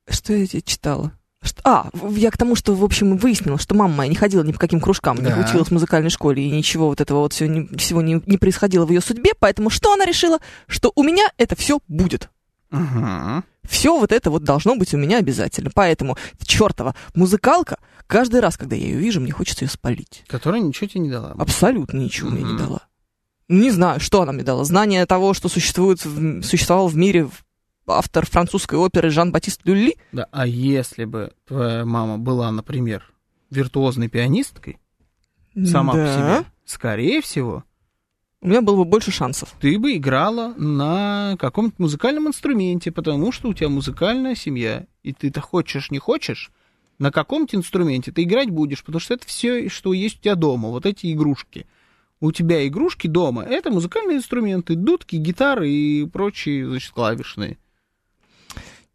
что я тебе читала? Что- А, в- я к тому, что, в общем, выяснила, что мама моя не ходила ни по каким кружкам, Да. не училась в музыкальной школе, и ничего вот этого вот всего не, всего не, не происходило в ее судьбе, поэтому что она решила? Что у меня это все будет. Ага. Все вот это вот должно быть у меня обязательно. Поэтому, чертова, музыкалка, каждый раз, когда я ее вижу, мне хочется ее спалить. Которая ничего тебе не дала. Абсолютно ничего мне не Мгм. дала. Не знаю, что она мне дала. Знание того, что существует, в- существовал в мире в- автор французской оперы Жан-Батист Люли. Да, а если бы твоя мама была, например, виртуозной пианисткой, сама по Да. себе, скорее всего, У меня было бы больше шансов. ты бы играла на каком-то музыкальном инструменте, потому что у тебя музыкальная семья, и ты-то хочешь, не хочешь, на каком-то инструменте ты играть будешь, потому что это все, что есть у тебя дома, вот эти игрушки. У тебя игрушки дома, это музыкальные инструменты, дудки, гитары и прочие, значит, клавишные.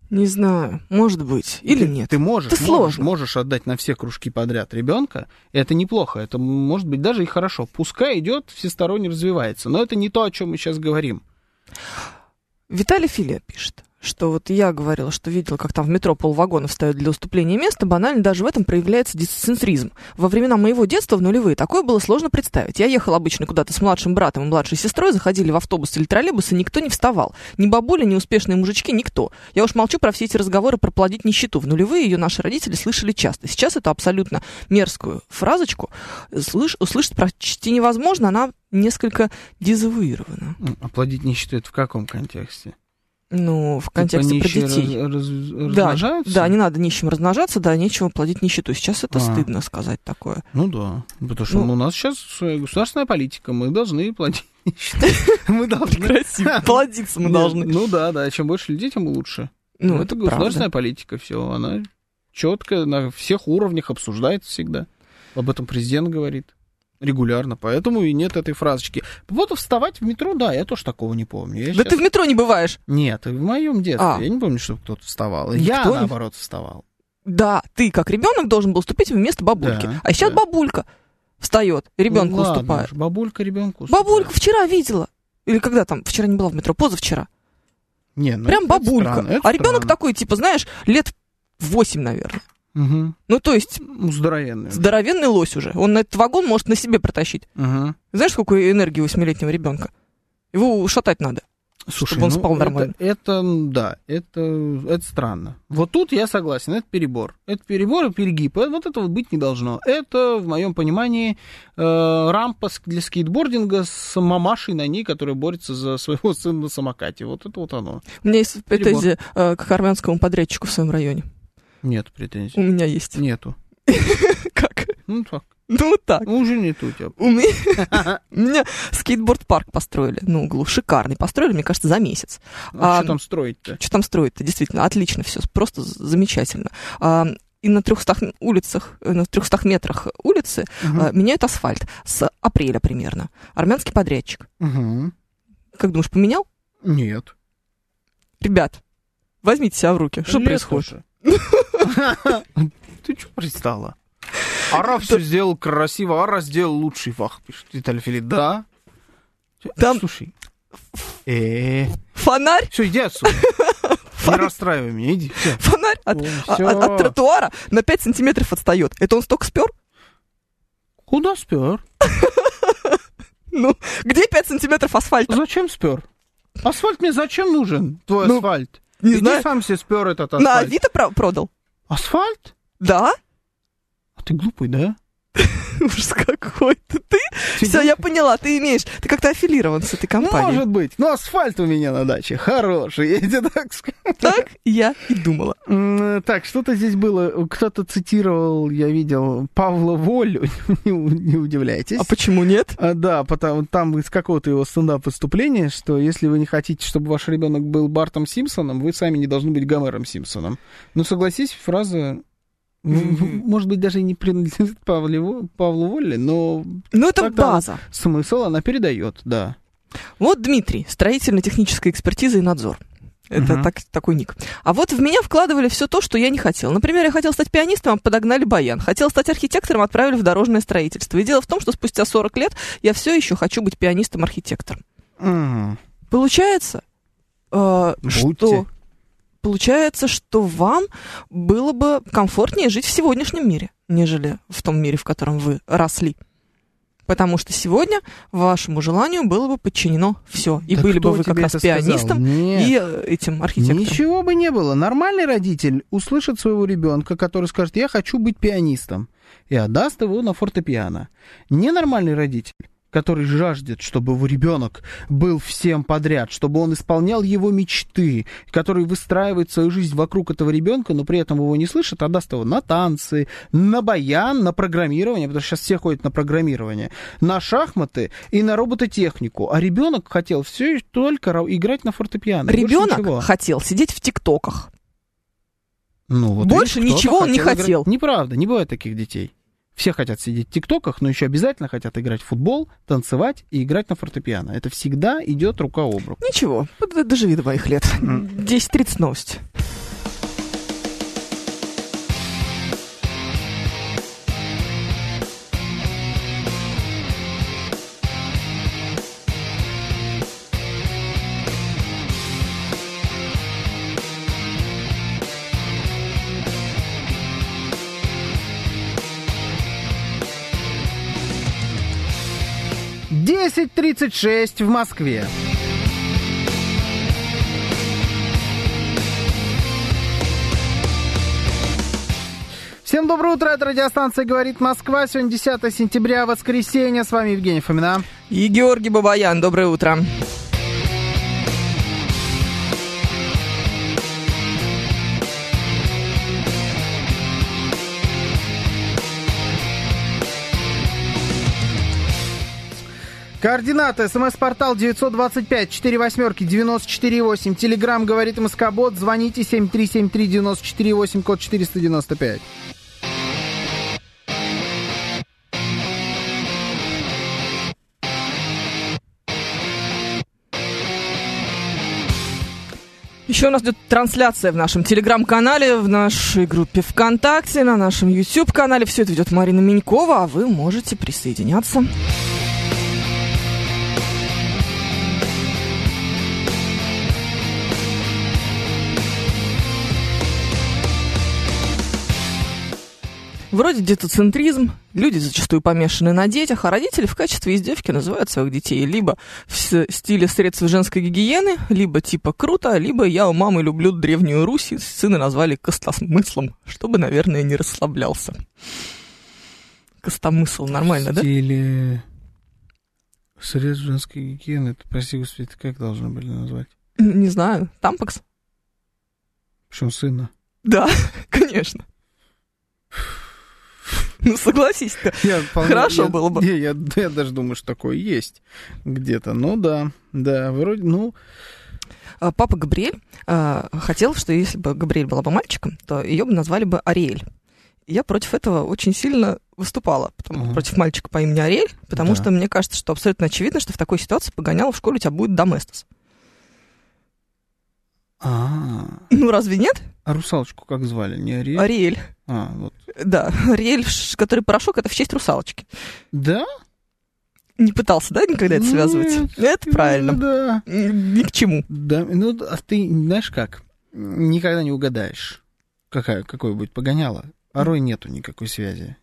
Не знаю, может быть. Или ты, нет. Ты можешь, Это можешь, сложно. можешь отдать на все кружки подряд ребенка. Это неплохо, это может быть даже и хорошо. Пускай идет, всесторонне развивается. Но это не то, о чем мы сейчас говорим. Виталий Филе пишет, что вот я говорила, что видела, как там в метро полвагона встают для уступления места, банально даже в этом проявляется дисцентризм. Во времена моего детства в нулевые такое было сложно представить. Я ехала обычно куда-то с младшим братом и младшей сестрой, заходили в автобус или троллейбус, и никто не вставал. Ни бабули, ни успешные мужички, никто. Я уж молчу про все эти разговоры про плодить нищету. В нулевые ее наши родители слышали часто. Сейчас эту абсолютно мерзкую фразочку э, слыш- услышать почти невозможно, она несколько дезавуирована. М, Ну, Оплодить нищету это в каком контексте? Ну, в Типа контексте про нищие детей. раз- раз- Да, размножаются? Да, не надо нищим размножаться, да, нечего плодить нищету. Сейчас это А. стыдно сказать такое. Ну да. Потому что Ну. у нас сейчас э, государственная политика. Мы должны плодить нищету. Мы должны. Красиво. Плодиться мы Нет, должны. Ну да, да. Чем больше людей, тем лучше. Ну, это это правда. государственная политика, все, она четко на всех уровнях обсуждается всегда. Об этом президент говорит регулярно, поэтому и нет этой фразочки. По поводу вставать в метро, да, я тоже такого не помню. Я Да щас- ты в метро не бываешь. Нет, в моем детстве А. я не помню, чтобы кто-то вставал. Никто я, не- наоборот, вставал. Да, ты как ребенок должен был уступить вместо бабульки. Да, а сейчас да. бабулька встает, ребенку Ну ладно уступает. уж, Бабулька ребенку Бабулька вчера видела. Или когда там? Вчера не была в метро, позавчера. Не, ну Прям это- это бабулька. странно, это а ребенок странно. такой, типа, знаешь, лет 8, наверное. Мгм. Ну, то есть, Ну, Здоровенная. здоровенный лось уже. Он на этот вагон может на себе протащить. Мгм. Знаешь, сколько энергии восьмилетнего ребенка? Его шатать надо. Слушай, ну, он спал нормально. Это, это, м, да, это, это странно. Вот тут я согласен, это перебор. Это перебор и перегиб. Э, Вот этого быть не должно. Это, в моем понимании, э, рампа с- для скейтбординга с мамашей на ней, которая борется за своего сына на самокате. Вот это вот оно. У меня есть Перебор. претензия э, к армянскому подрядчику в своем районе. Нет У претензий. меня есть. Нету. Как? Ну так. Ну вот так. Ну, уже нету у тебя. У меня, у меня скейтборд-парк построили на углу. Шикарный. Построили, мне кажется, за месяц. А, А, что там строить-то? Что там строить-то? Действительно, отлично все. Просто з- замечательно. А, и на 300 м- улицах, э, на 300 метрах улицы Мгм. э, меняют асфальт. С апреля примерно. Армянский подрядчик. Мгм. Как думаешь, поменял? Нет. Ребят, возьмите себя в руки. Что Лето происходит? же. Ты что пристала? Ара все сделал красиво, Ара сделал лучший фах, пишет Виталий Филипп. Да. Там- Слушай. Э, Фонарь? все, иди отсюда. Не расстраивай меня, иди. Всё. Фонарь от, Ну, а- всё. от- от тротуара на 5 сантиметров отстает. Это он столько спер? Куда спер? Ну, где 5 сантиметров асфальта? Зачем спер? Асфальт мне зачем нужен? Твой Ну, асфальт. Не иди знаю. сам себе спер этот На асфальт. Авито про- продал? Асфальт? Да? А ты глупый, да? Ужас какой-то. Ты? Все, я поняла, ты имеешь. Ты как-то аффилирован с этой компанией. Может быть. Но Ну, асфальт у меня на даче хороший, я тебе так скажу. Так я и думала. М, э, Так, что-то здесь было. Кто-то цитировал, я видел, Павла Волю. Не у- не удивляйтесь. А почему нет? А, Да, потому там из какого-то его стендап выступления, что если вы не хотите, чтобы ваш ребенок был Бартом Симпсоном, вы сами не должны быть Гомером Симпсоном. Ну, согласись, фраза, м, Мгм. может быть, даже и не принадлежит Павле- Павлу Волле, но Ну, это Так, да. база. смысл она передает, да. Вот Дмитрий, строительно-техническая экспертиза и надзор. Это Мгм. так- такой ник. А вот в меня вкладывали все то, что я не хотел. Например, я хотел стать пианистом, а подогнали баян. Хотел стать архитектором, отправили в дорожное строительство. И дело в том, что спустя 40 лет я все еще хочу быть пианистом-архитектором. М, Получается, э, Будьте. что... Получается, что вам было бы комфортнее жить в сегодняшнем мире, нежели в том мире, в котором вы росли. Потому что сегодня вашему желанию было бы подчинено все. И да были кто бы вы как тебе раз это сказал? пианистом Нет. и э, этим архитектором. Ничего бы не было. Нормальный родитель услышит своего ребенка, который скажет, я хочу быть пианистом, и отдаст его на фортепиано. Ненормальный родитель который жаждет, чтобы его ребенок был всем подряд, чтобы он исполнял его мечты, который выстраивает свою жизнь вокруг этого ребенка, но при этом его не слышит, отдаст его на танцы, на баян, на программирование, потому что сейчас все ходят на программирование, на шахматы и на робототехнику. А ребенок хотел все только ра- играть на фортепиано. больше ничего. Ребенок хотел сидеть в ТикТоках. Ну, вот Больше видишь, кто-то ничего он не хотел. играть- Неправда, не бывает таких детей. Все хотят сидеть в ТикТоках, но еще обязательно хотят играть в футбол, танцевать и играть на фортепиано. Это всегда идет рука об руку. Ничего, д- доживи до моих лет. 10.30 новости. Десять тридцать шесть в Москве. Всем доброе утро, это радиостанция «Говорит Москва». Сегодня 10 сентября, воскресенье. С вами Евгений Фомина. И Георгий Бабаян, доброе утро. Координаты. СМС-портал 925-4 восьмерки 94-8. Телеграмм говорит Москобот. Звоните 7373-94-8, код 495. Еще у нас идет трансляция в нашем телеграм-канале, в нашей группе ВКонтакте, на нашем YouTube-канале. Все это ведет Марина Минькова, а вы можете присоединяться. Вроде детоцентризм, люди зачастую помешаны на детях, а родители в качестве издевки называют своих детей либо в с- стиле средств женской гигиены, либо типа круто, либо я у мамы люблю древнюю Русь, и сына назвали Костомыслом, чтобы, наверное, не расслаблялся. Костомысл, нормально, да? Или... Средств женской гигиены, это, прости господи, это как должны были назвать? Не знаю, тампакс? Причем сына. Да, конечно. Ну, согласись-то. Хорошо было бы. Я, я- я даже думаю, что такое есть где-то. Ну да, да, вроде, ну... А, Папа Габриэль а, хотел, что если бы Габриэль была бы мальчиком, то ее бы назвали бы Ариэль. И Я против этого очень сильно выступала, потому- Мгм. против мальчика по имени Ариэль, потому Да. что мне кажется, что абсолютно очевидно, что в такой ситуации погонял в школе у тебя будет доместос. А, Ну разве нет? а русалочку как звали? Не Ариэль? Ариэль. А, вот. Да, Ариэль, ш- который порошок, это в честь русалочки. Да? Не пытался, да, никогда это связывать? Нет. Это правильно. Да. Н- Ни к чему. Да, ну, а ты знаешь как? Никогда не угадаешь, какая, какое будет погоняло. Порой нету никакой связи.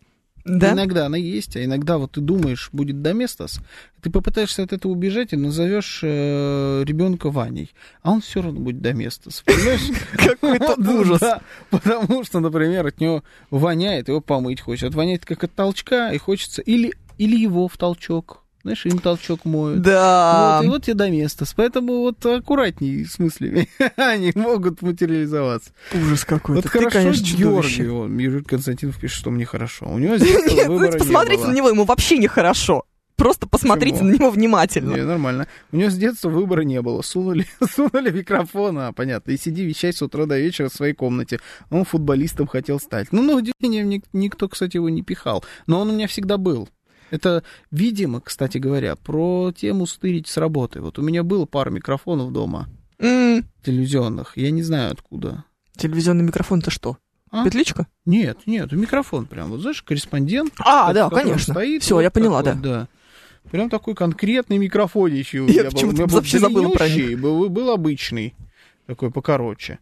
Да? Иногда она есть, а иногда вот ты думаешь, будет доместос, ты попытаешься от этого убежать и назовешь э, ребенка Ваней, а он все равно будет доместос. Понимаешь? Какой-то Вот, ну ужас. да, потому что, например, от него воняет, его помыть хочется. Воняет как от толчка, и хочется... Или, или его в толчок. Знаешь, им толчок моют. Да. Вот, и вот тебе доместос. Поэтому вот аккуратней с мыслями. Они могут материализоваться. Ужас какой-то. Вот Ты, хорошо конечно, чудовище. Георгию. он, Юрий Константинов пишет, что мне хорошо. У него здесь Нет, ну, выбора знаете, не посмотрите было. на него, ему вообще нехорошо. Просто посмотрите Почему? на него внимательно. Не, нормально. У него с детства выбора не было. Сунули, сунули микрофон, а, понятно. И сиди вещай с утра до вечера в своей комнате. Он футболистом хотел стать. Ну, на удивление, ник- никто, кстати, его не пихал. Но он у меня всегда был. Это, видимо, кстати говоря, про тему стырить с работы. Вот у меня было пара микрофонов дома М, телевизионных. Я не знаю откуда. Телевизионный микрофон-то что? А? Петличка? Нет, нет, микрофон прям. Вот знаешь, корреспондент. А, под да, которым конечно. стоит Все, вот я поняла, такой, да. Прям такой конкретный микрофон еще. Я почему-то вообще забыла про них. Был, был обычный, такой покороче.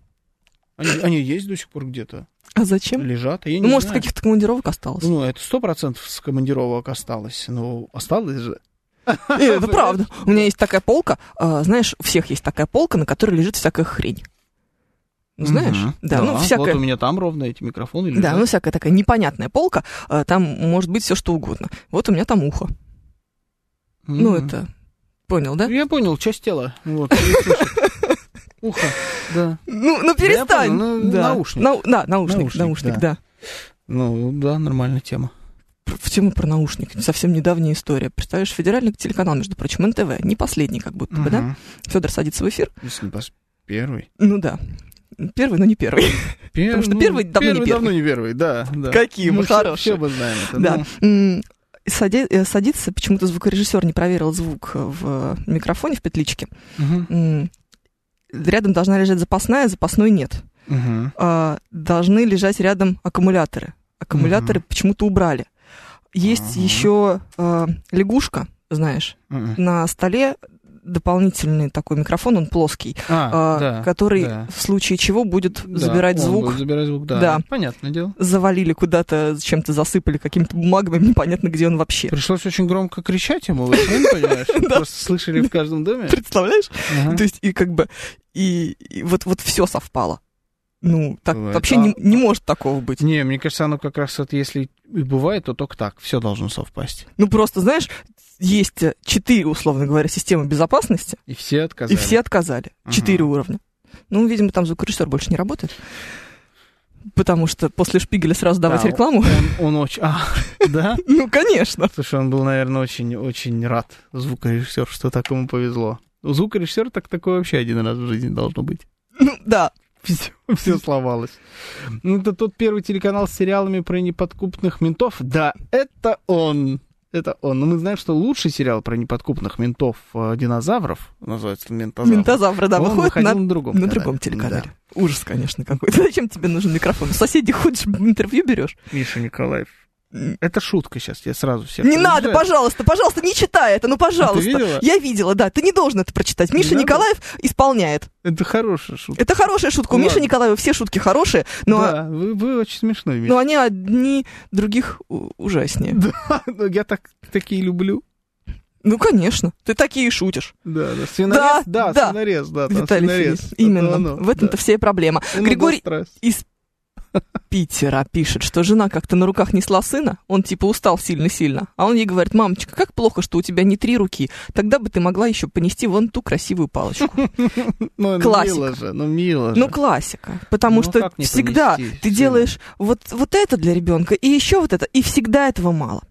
Они, они есть до сих пор где-то, А зачем? лежат, а я не Ну, может, с знаю. каких-то командировок осталось. Ну, это сто процентов с командировок осталось, но осталось же. Э, Это правда. У меня есть такая полка, а, знаешь, у всех есть такая полка, на которой лежит всякая хрень. Ну, Знаешь? Мгм. Да, ну Вот всякая. у меня там ровно эти микрофоны лежат. Да, ну всякая такая непонятная полка, а, там может быть все что угодно. Вот у меня там ухо. Мгм. Ну это понял, да? Я понял, часть тела. Вот, я слышу. Ухо, да. Ну, ну я понял, перестань. ну, да. наушник. Нау- да, наушник, Наушник, наушник, да. да. Ну, да, нормальная тема. Пр- В тему про наушник. Совсем недавняя история. Представляешь, федеральный телеканал, между прочим, НТВ, не последний, как будто бы, да? Мгм. Федор садится в эфир. Если не пос- Первый. Ну да. Первый, но не первый. Пер- что первый давно не первый. давно не первый, да. да. Ну, Какие мы все- хорошие. Все мы знаем это. Да. ну. М, сади- э, садится, почему-то звукорежиссер не проверил звук э, в микрофоне, в петличке. Ну, Мгм. М, Рядом должна лежать запасная, запасной нет. Мгм. А, Должны лежать рядом аккумуляторы. Аккумуляторы почему-то убрали. Есть Ага. еще э, лягушка, знаешь, Мгм. на столе дополнительный такой микрофон, он плоский, А, э, да, который да. в случае чего будет Да, забирать он звук. будет Забирать звук, да. Да. Понятное дело. Завалили куда-то, чем-то засыпали какими-то бумагами, непонятно, где он вообще. Пришлось очень громко кричать ему, вы сами понимаешь? Да. Просто слышали в каждом доме. Представляешь? Ага. То есть, и как бы, и, и вот, вот все совпало. Ну, так Бывает. вообще А- не, не может такого быть. Не, мне кажется, оно как раз вот если и бывает, то только так. Все должно совпасть. Ну, просто, знаешь, есть э, четыре, условно говоря, системы безопасности, И все отказали. и все отказали. Ага. Четыре уровня. Ну, видимо, там звукорежиссер больше не работает. Потому что после шпигеля сразу давать Да, рекламу. Он, он очень... А, да? Ну, конечно. Слушай, он был, наверное, очень-очень рад, звукорежиссер, что так ему повезло. У звукорежиссера так такое вообще один раз в жизни должно быть. Ну, да. Все, сломалось. Ну, это тот первый телеканал с сериалами про неподкупных ментов. Да, это он. Это он. Но мы знаем, что лучший сериал про неподкупных ментов э, динозавров, называется он «Ментозавр», Ментозавр, да, он выходит выходил на, на другом на канале. другом телеканале. Ужас, конечно, какой. Зачем тебе нужен микрофон? У соседей ходишь, интервью берешь. Миша Николаев. Это шутка сейчас, я сразу всех... Не надо, предупреждаю. пожалуйста, пожалуйста, не читай это, ну пожалуйста. А видела? Я видела, да. Ты не должен это прочитать. Миша надо? Николаев исполняет. Это хорошая шутка. Это хорошая шутка. У Ладно. Миши Николаева все шутки хорошие, но, Да, вы, вы очень смешной, Миша. но они одни других у- ужаснее. Но Ну, я так, такие люблю. Ну, конечно. Ты такие и шутишь. Да, да. Свинорез, да, Да, да. свинорез, да, там Виталий свинорез. Филипп. Это Именно. оно, В этом-то да. Ну вся и проблема. Он Григорий отдал стресс. Питера пишет, что жена как-то на руках несла сына, он типа устал сильно-сильно, а он ей говорит, мамочка, как плохо, что у тебя не три руки, тогда бы ты могла еще понести вон ту красивую палочку. Ну, ну, Классика. мило же, ну мило же. Ну, классика. Потому Ну, что как не всегда понести ты сына? делаешь вот, вот это для ребенка, и еще вот это, и всегда этого мало.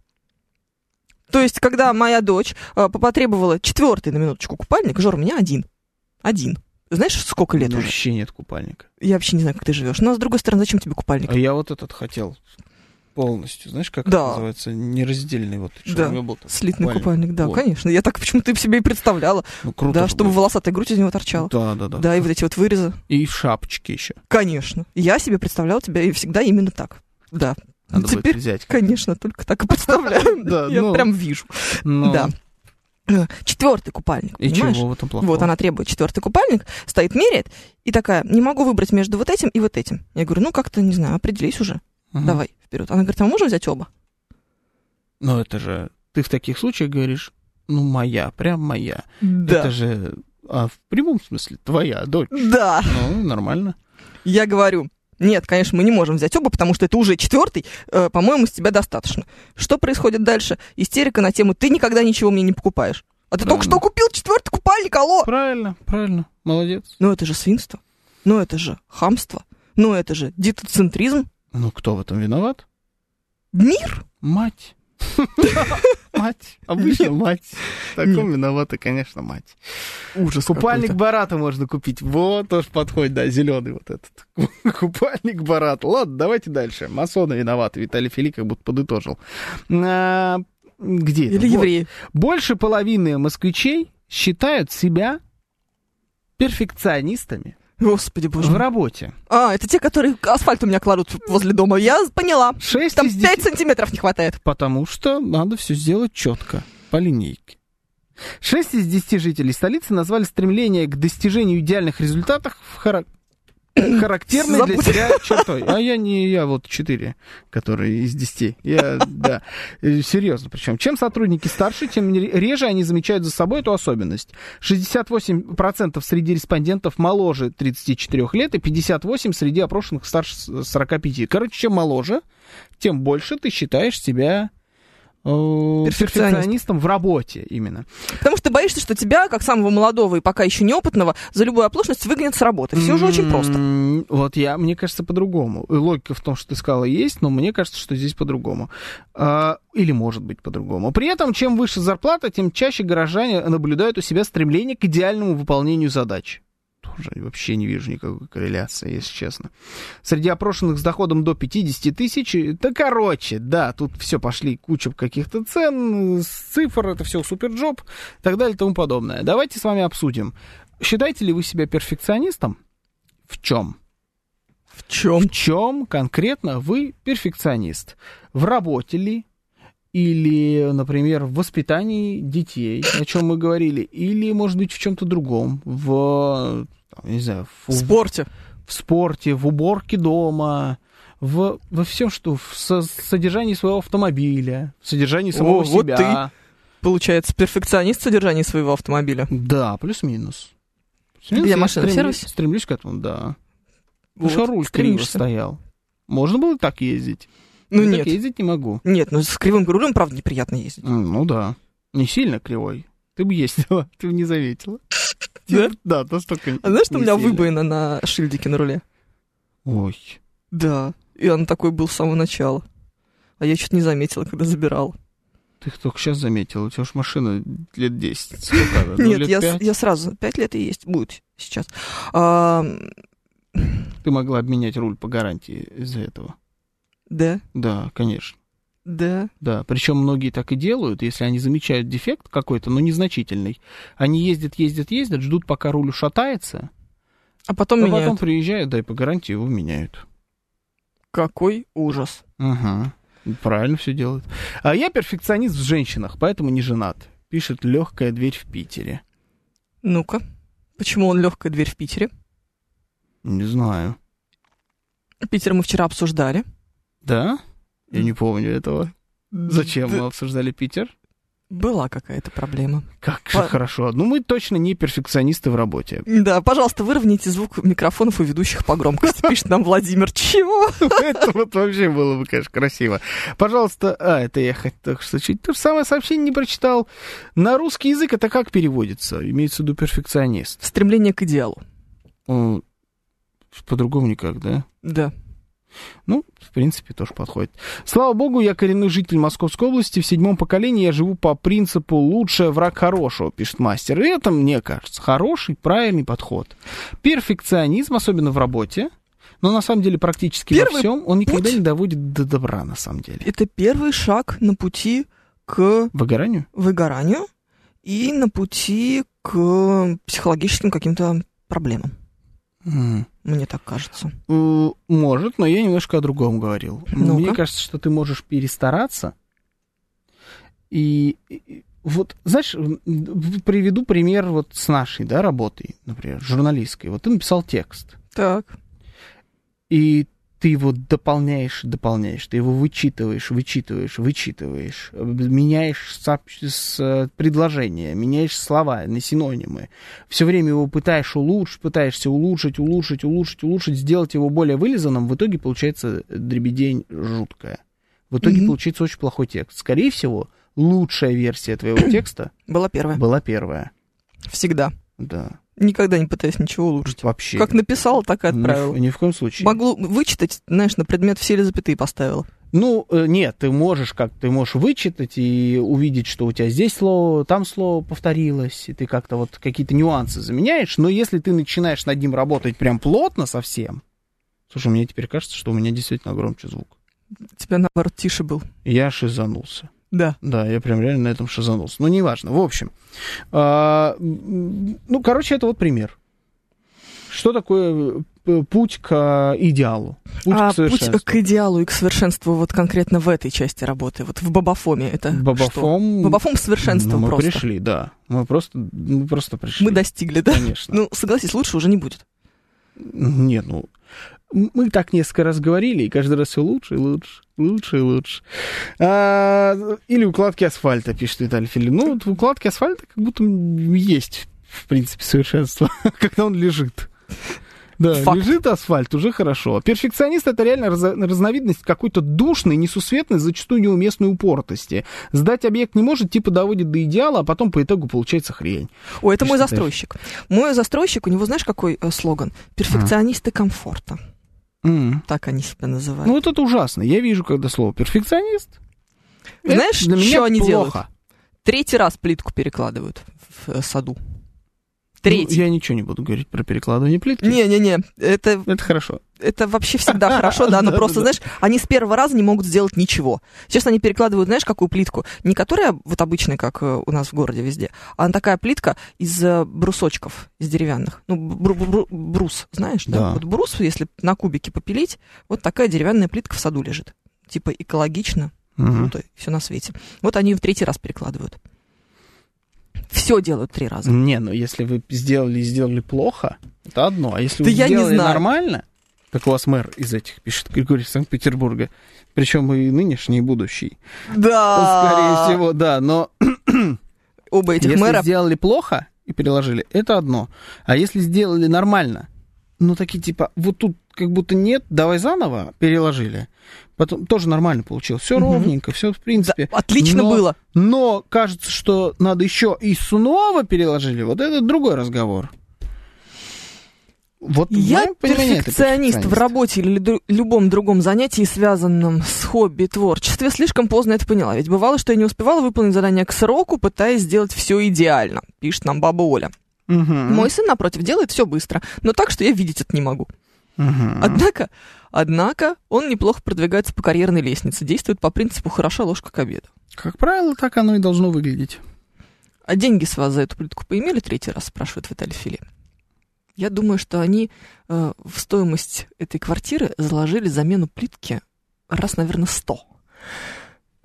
То есть, когда моя дочь э, потребовала четвертый на минуточку купальник, Жор, у меня один. Один. Знаешь, сколько лет Ну, уже? Вообще нет купальника. Я вообще не знаю, как ты живешь. Но, с другой стороны, зачем тебе купальник? А я вот этот хотел полностью, знаешь, как Да. это называется, нераздельный вот. чтобы Да. у меня был такой Слитный купальник, да, Вот. конечно. Я так почему-то и себе и представляла. Ну, круто. да, же чтобы было. волосатая грудь из него торчала. Да, да, да. Да, и вот эти вот вырезы. И в шапочке еще. Конечно. Я себе представляла тебя и всегда именно так. Да. Ну, Надо теперь будет взять. Конечно, только так и представляю. Да, Я ну. прям вижу. Но- Да. Э, Четвертый купальник, Ну, И понимаешь? чего в этом плохого? Вот она требует четвертый купальник, стоит, меряет, и такая, не могу выбрать между вот этим и вот этим. Я говорю, ну как-то, не знаю, определись уже, Мгм. давай, вперед. Она говорит, а мы можем взять оба? Но Ну, это же... Ты в таких случаях говоришь, ну, моя, прям моя. Это Да. же... А в прямом смысле твоя дочь. Да. Ну, нормально. Я говорю, нет, конечно, мы не можем взять оба, потому что это уже четвертый, э, по-моему, с тебя достаточно. Что происходит дальше? Истерика на тему «ты никогда ничего мне не покупаешь». А ты только Правильно. что купил четвертый купальник, алло! Правильно, правильно. Молодец. Ну это же свинство, ну это же хамство, ну это же детоцентризм. Ну, кто в этом виноват? Мир? Мать. Мать. Обычно Нет. мать. В таком виновата, конечно, мать. Ужас Купальник какой-то. Барата можно купить. Вот тоже подходит, да, зеленый вот этот. Купальник Барат. Ладно, давайте дальше. Масоны виноваты. Виталий Фили как будто подытожил. А, Где? это? Или Вот. евреи. Больше половины москвичей считают себя перфекционистами Господи боже. в мой. работе. А, это те, которые асфальт у меня кладут возле дома. Я поняла. 6 Там из 10 5 сантиметров не хватает. Потому что надо все сделать четко, по линейке. Шесть из десяти жителей столицы назвали стремление к достижению идеальных результатов в хара- характерной для Забудь. себя чертой. А я не я, вот четыре, которые из десяти. Я, да, э, серьезно. Причем, чем сотрудники старше, тем ре- реже они замечают за собой эту особенность. 68% среди респондентов моложе 34 лет и 58% среди опрошенных старше с- 45. Короче, чем моложе, тем больше ты считаешь себя э, Перфекционист. перфекционистом в работе именно. Потому что ты боишься, что тебя, как самого молодого и пока еще неопытного, за любую оплошность выгонят с работы. Все же М-м. очень просто. М, Вот я, мне кажется, по-другому. Э, Логика в том, что ты сказала, есть, но мне кажется, что здесь по-другому. А, Или может быть по-другому. При этом, чем выше зарплата, тем чаще горожане наблюдают у себя стремление к идеальному выполнению задач. Тоже вообще не вижу никакой корреляции, если честно. Среди опрошенных с доходом до 50 тысяч, э, да короче, да, тут все пошли куча каких-то цен, э, с цифр, это все суперджоп и так далее и тому подобное. Давайте с вами обсудим. Считаете ли вы себя перфекционистом? В чем? В чем? В чем конкретно вы перфекционист? В работе ли? Или, например, в воспитании детей, о чем мы говорили, или, может быть, в чем-то другом, в, там, не знаю, в, В спорте. в спорте, в уборке дома, в, во всем, что в со- содержании своего автомобиля, в содержании самого О, вот себя. Получается, перфекционист в содержании своего автомобиля. Да, плюс-минус. Где Я машина, в стремлюсь, сервисе? стремлюсь к этому, да. Вот, Потому что руль криво стремишься. стоял. Можно было так ездить? Ну Я нет. Так ездить не могу. Нет, ну с кривым рулем, правда, неприятно ездить. М, Ну да. Не сильно кривой. Ты бы ездила, ты бы не заметила. Да? Да, настолько А знаешь, что у не меня сильно. выбоина на шильдике на руле? Ой. Да. И он такой был с самого начала. А я что-то не заметила, когда забирала. Ты их только сейчас заметил, у тебя же машина лет 10. Сколько она? Ну, Нет, лет я, с- пять. я сразу. Пять лет и есть. Будет сейчас. А, Ты могла обменять руль по гарантии из-за этого. да, Да, конечно. да. Да, причем многие так и делают, если они замечают дефект какой-то, но незначительный. Они ездят, ездят, ездят, ждут, пока руль ушатается, А потом а меняют. потом приезжают, да, и по гарантии его меняют. Какой ужас. Ага. Правильно все делают. А я перфекционист в женщинах, поэтому не женат. Пишет легкая дверь в Питере. Ну-ка. Почему он легкая дверь в Питере? Не знаю. Питер мы вчера обсуждали. Да? Я не помню этого. Зачем Д- мы обсуждали Питер? Была какая-то проблема. Как же По- хорошо. Ну, мы точно не перфекционисты в работе. Да, пожалуйста, выровняйте звук микрофонов у ведущих по громкости, пишет нам Владимир. Чего? Это вот вообще было бы, конечно, красиво. Пожалуйста, а, это я хоть только что чуть то же самое сообщение не прочитал. На русский язык это как переводится? Имеется в виду перфекционист. Стремление к идеалу. Он по-другому никак, да? Да. Ну, в принципе, тоже подходит. Слава богу, я коренной житель Московской области. В седьмом поколении я живу по принципу «лучший враг хорошего», пишет мастер. И это, мне кажется, хороший, правильный подход. Перфекционизм, особенно в работе, но на самом деле практически во Первый всем, он никогда путь- не доводит до добра, на самом деле. Это первый шаг на пути к Выгоранию? выгоранию и на пути к психологическим каким-то проблемам, М. мне так кажется. Э, Может, но я немножко о другом говорил. Ну-ка. Мне кажется, что ты можешь перестараться. И, и- и вот, знаешь, м, м, приведу пример вот с нашей, да, работой, например, журналистской. Вот ты написал текст, Так. и ты ты его дополняешь, дополняешь, ты его вычитываешь, вычитываешь, вычитываешь, э, меняешь сообщ- с, э, предложения, меняешь слова на синонимы, все время его пытаешь улучшить, пытаешься улучшить, улучшить, улучшить, улучшить, сделать его более вылизанным, в итоге получается дребедень жуткая. В итоге Мгм. получится очень плохой текст. Скорее всего, лучшая версия твоего текста Была первая. была первая. Всегда. Да. Никогда не пытаюсь ничего улучшить. Вообще. Ну, Как написала, так и Ни в- отправила. Ни, в коем случае. Могу вычитать, знаешь, на предмет все ли запятые поставила. Ну, э, нет, ты можешь как ты можешь вычитать и увидеть, что у тебя здесь слово, там слово повторилось, и ты как-то вот какие-то нюансы заменяешь, но если ты начинаешь над ним работать прям плотно совсем, слушай, мне теперь кажется, что у меня действительно громче звук. У тебя, наоборот, тише был. Я шизанулся. Да. Да, я прям реально на этом шизанулся. Ну, неважно. В общем, а, м, ну, короче, это вот пример. Что такое э, путь к а, идеалу? Путь а к совершенству. путь к идеалу и к совершенству вот конкретно в этой части работы, вот в Бабафоме это что? Бабафом. Бабафом совершенство Ну, мы просто. пришли, да. Мы просто, мы просто пришли. Мы достигли, да? Конечно. Ну, согласись, лучше уже не будет. Не, ну... Мы так несколько раз говорили, и каждый раз все лучше и лучше, лучше и лучше. А, или укладки асфальта, пишет Виталий Филин. Ну, вот в укладке асфальта как будто есть, в принципе, совершенство, когда он лежит. Да, Факт. лежит асфальт, уже хорошо. Перфекционист — это реально разо- разновидность какой-то душной, несусветной, зачастую неуместной упортости. Сдать объект не может, типа доводит до идеала, а потом по итогу получается хрень. О, это И мой что дальше? застройщик. Мой застройщик, у него, знаешь, какой э, слоган? Перфекционисты комфорта. М. Так они себя называют. Ну вот это ужасно. Я вижу, когда слово перфекционист. Ну, это Знаешь, для меня чё они Ну, делают? плохо. Ну, Третий раз плитку перекладывают в э, саду. Ну, Третий. я ничего не буду говорить про перекладывание плитки. Не-не-не, это, Это хорошо. это вообще всегда хорошо, да, но Да, просто, да, да. знаешь, они с первого раза не могут сделать ничего. Сейчас они перекладывают, знаешь, какую плитку? Не которая вот обычная, как э, у нас в городе везде, а такая плитка из э, брусочков, из деревянных. Ну, бру- бру- бру- брус, знаешь, да? Да. Вот брус, если на кубики попилить, вот такая деревянная плитка в саду лежит. Типа экологично, Мгм. круто, все на свете. Вот они ее в третий раз перекладывают. Все делают три раза. Не, ну если вы сделали и сделали плохо, это одно. А если Да вы я не сделали знаю. нормально, как у вас мэр из этих пишет, Григорий из Санкт-Петербурга, причем и нынешний, и будущий, Да. А. скорее всего, да, но Оба этих если мэра. сделали плохо и переложили, это одно. А если сделали нормально, ну такие типа, вот тут как будто нет, давай заново переложили. Потом тоже нормально получилось. Все Мгм. ровненько, все в Да, принципе. отлично Но- было. Но кажется, что надо еще и снова переложили. Вот это другой разговор. Вот в Я моем понимании это перфекционист в работе или дру- любом другом занятии, связанном с хобби, творчестве. Слишком поздно это поняла. Ведь бывало, что я не успевала выполнить задание к сроку, пытаясь сделать все идеально, пишет нам баба Оля. Мгм. Мой сын, напротив, делает все быстро, но так, что я видеть это не могу. Мгм. Однако, однако, он неплохо продвигается по карьерной лестнице, действует по принципу «хороша ложка к обеду». Как правило, так оно и должно выглядеть. А деньги с вас за эту плитку поимели третий раз, спрашивает Виталий Фили. Я думаю, что они э, в стоимость этой квартиры заложили замену плитки раз, наверное, сто.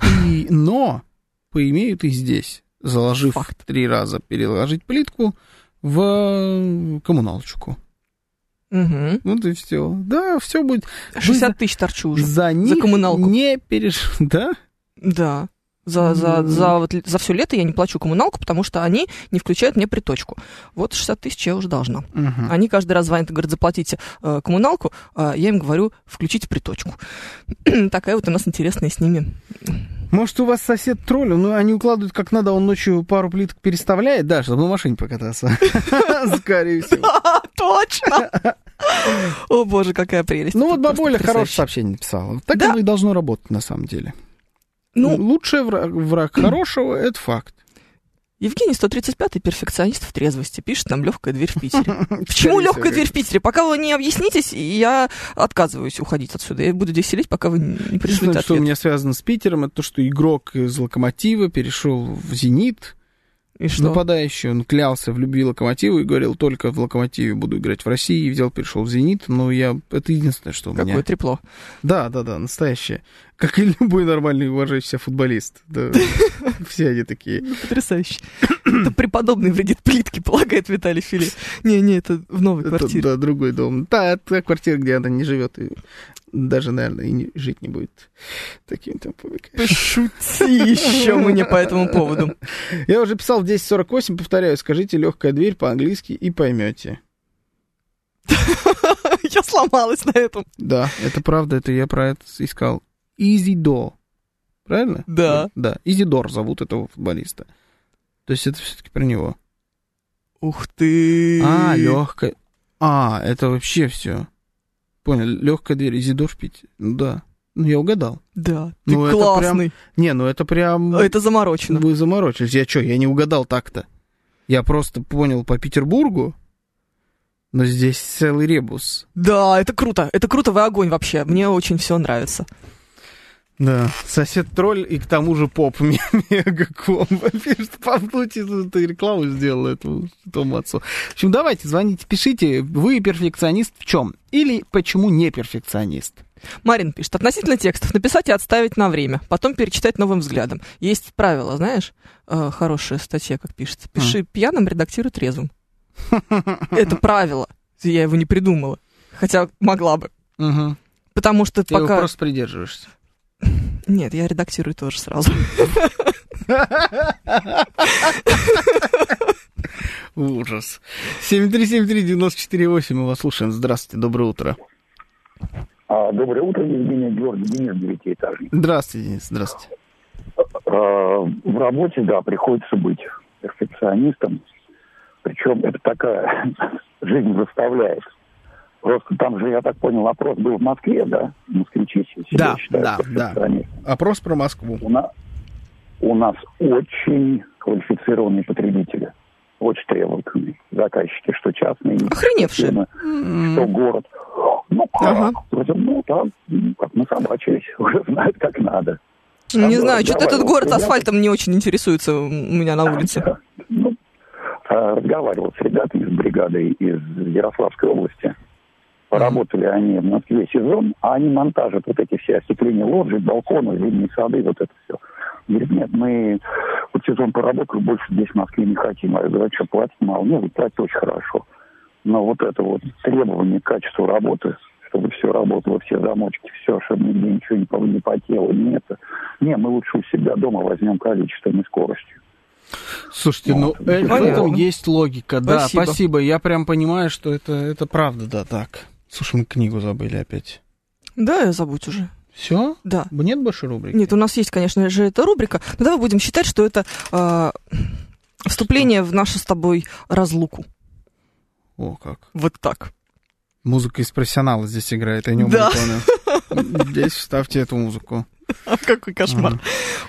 И- но поимеют и здесь, заложив Факт. три раза переложить плитку в э, коммуналочку. Мгм. Ну, Вот и все. Да, все будет. 60 тысяч торчу уже. За них коммуналку. не переш... Да? Да. За, за, Мгм. за, вот л- за все лето я не плачу коммуналку, потому что они не включают мне приточку. Вот 60 тысяч я уже должна. Мгм. Они каждый раз звонят и говорят, заплатите э, коммуналку, а я им говорю, включите приточку. Такая вот у нас интересная с ними. Может, у вас сосед тролль, но они укладывают как надо, он ночью пару плиток переставляет, да, чтобы на машине покататься. Скорее всего. Точно! О боже, какая прелесть. Ну Это вот бабуля просто хорошее потрясающе. сообщение написала. Так Да. оно и должно работать на самом деле. Ну, Лучший вра- враг хорошего — это факт. Евгений 135 перфекционист в трезвости, пишет нам легкая дверь в Питере. Почему Скорее легкая всего. дверь в Питере? Пока вы не объяснитесь, я отказываюсь уходить отсюда. Я буду здесь сидеть, пока вы не пришлете Единственное, что у ответ. меня связано с Питером, это то, что игрок из «Локомотива» перешел в «Зенит». И что? Нападающий, он клялся в любви «Локомотива» и говорил, только в «Локомотиве» буду играть в России. И взял, перешел в «Зенит». Но я... Это единственное, что у меня... Какое трепло. Да, да, да, настоящее. Как и любой нормальный уважающийся футболист. Да. Все они такие. Ну, Потрясающе. Это преподобный вредит плитке, полагает Виталий Фили. Не-не, это в новой Это, квартире. да, другой дом. Да, это квартира, где она не живет. И даже, наверное, и не- жить не будет таким темпом. Пошути еще мне по этому поводу. Я уже писал в 10.48, повторяю, скажите легкая дверь по-английски и поймете. Я сломалась на этом. Да, это правда, это я про это искал. Изидо. Правильно? Да. Да, Изидор зовут этого футболиста. То есть это все-таки про него. Ух ты. А, легкая. А, это вообще все. Понял, легкая дверь, Изидор в Питере. Ну да. Ну я угадал. Да, ты Ну, это прям- классный. Не, ну это прям... А, Это заморочено. Вы заморочились. Я что, я не угадал так-то? Я просто понял по Петербургу, но здесь целый ребус. Да, это круто. Это круто, вы огонь вообще. Мне очень все нравится. Да. Сосед тролль и к тому же поп ме- мегакомбо. Пишет, Павлути, ну, ты рекламу сделал этому святому отцу. В общем, давайте, звоните, пишите, вы перфекционист в чем? Или почему не перфекционист? Марин пишет. Относительно текстов. Написать и отставить на время. Потом перечитать новым взглядом. Есть правило, знаешь, э, хорошая статья, как пишется. Пиши пьяным, редактируй трезвым. Это правило. Я его не придумала. Хотя могла бы. Угу. Потому что Ты его пока... просто придерживаешься. Нет, я редактирую тоже сразу. Ужас. 7373948, мы вас слушаем. Здравствуйте, доброе утро. А, Доброе утро, Евгений Георгий, Денис, девятиэтажный. Здравствуйте, Денис, здравствуйте. А, В работе, да, приходится быть перфекционистом. Причем это такая жизнь заставляет. Просто там же, я так понял, опрос был в Москве, да? Москвичи себя Да, считают да, да. перфекционистами. Опрос про Москву. У нас, у нас очень квалифицированные потребители. Очень требовательные заказчики, что частные, Охреневшие. фирмы, что город. Ну, как? Ага. Вроде, Ну, там, м, как мы собачились, уже знают, как надо. Не Ага, знаю, что-то давай, этот вот город я- асфальтом не очень интересуется у меня на улице. Ну, а, разговаривал с ребятами из бригады из Ярославской области. Поработали они в Москве сезон, а они монтажат вот эти все остекления лоджии, балконы, зимние сады, вот это все. Говорит, нет, мы вот сезон поработали, больше здесь в Москве не хотим. А я говорю, «А что, платить мало? Нет, говорит, платить очень хорошо. Но вот это вот требование к качеству работы, чтобы все работало, все замочки, все, чтобы нигде ничего не пов- не потело, не это. Не, мы лучше у себя дома возьмем количество, не скоростью. Слушайте, ну Вот. э, в Понятно. этом есть логика. Да, Спасибо. спасибо. Я прям понимаю, что это, это правда, да, так. Слушай, мы книгу забыли опять. Да, я забудь уже. Все? Да. Нет больше рубрики? Нет, у нас есть, конечно же, эта рубрика, но давай будем считать, что это а, вступление в нашу с тобой разлуку. О, как. Вот так. Музыка из профессионала здесь играет, я не Да. умру, Здесь ставьте эту музыку. А, Какой кошмар.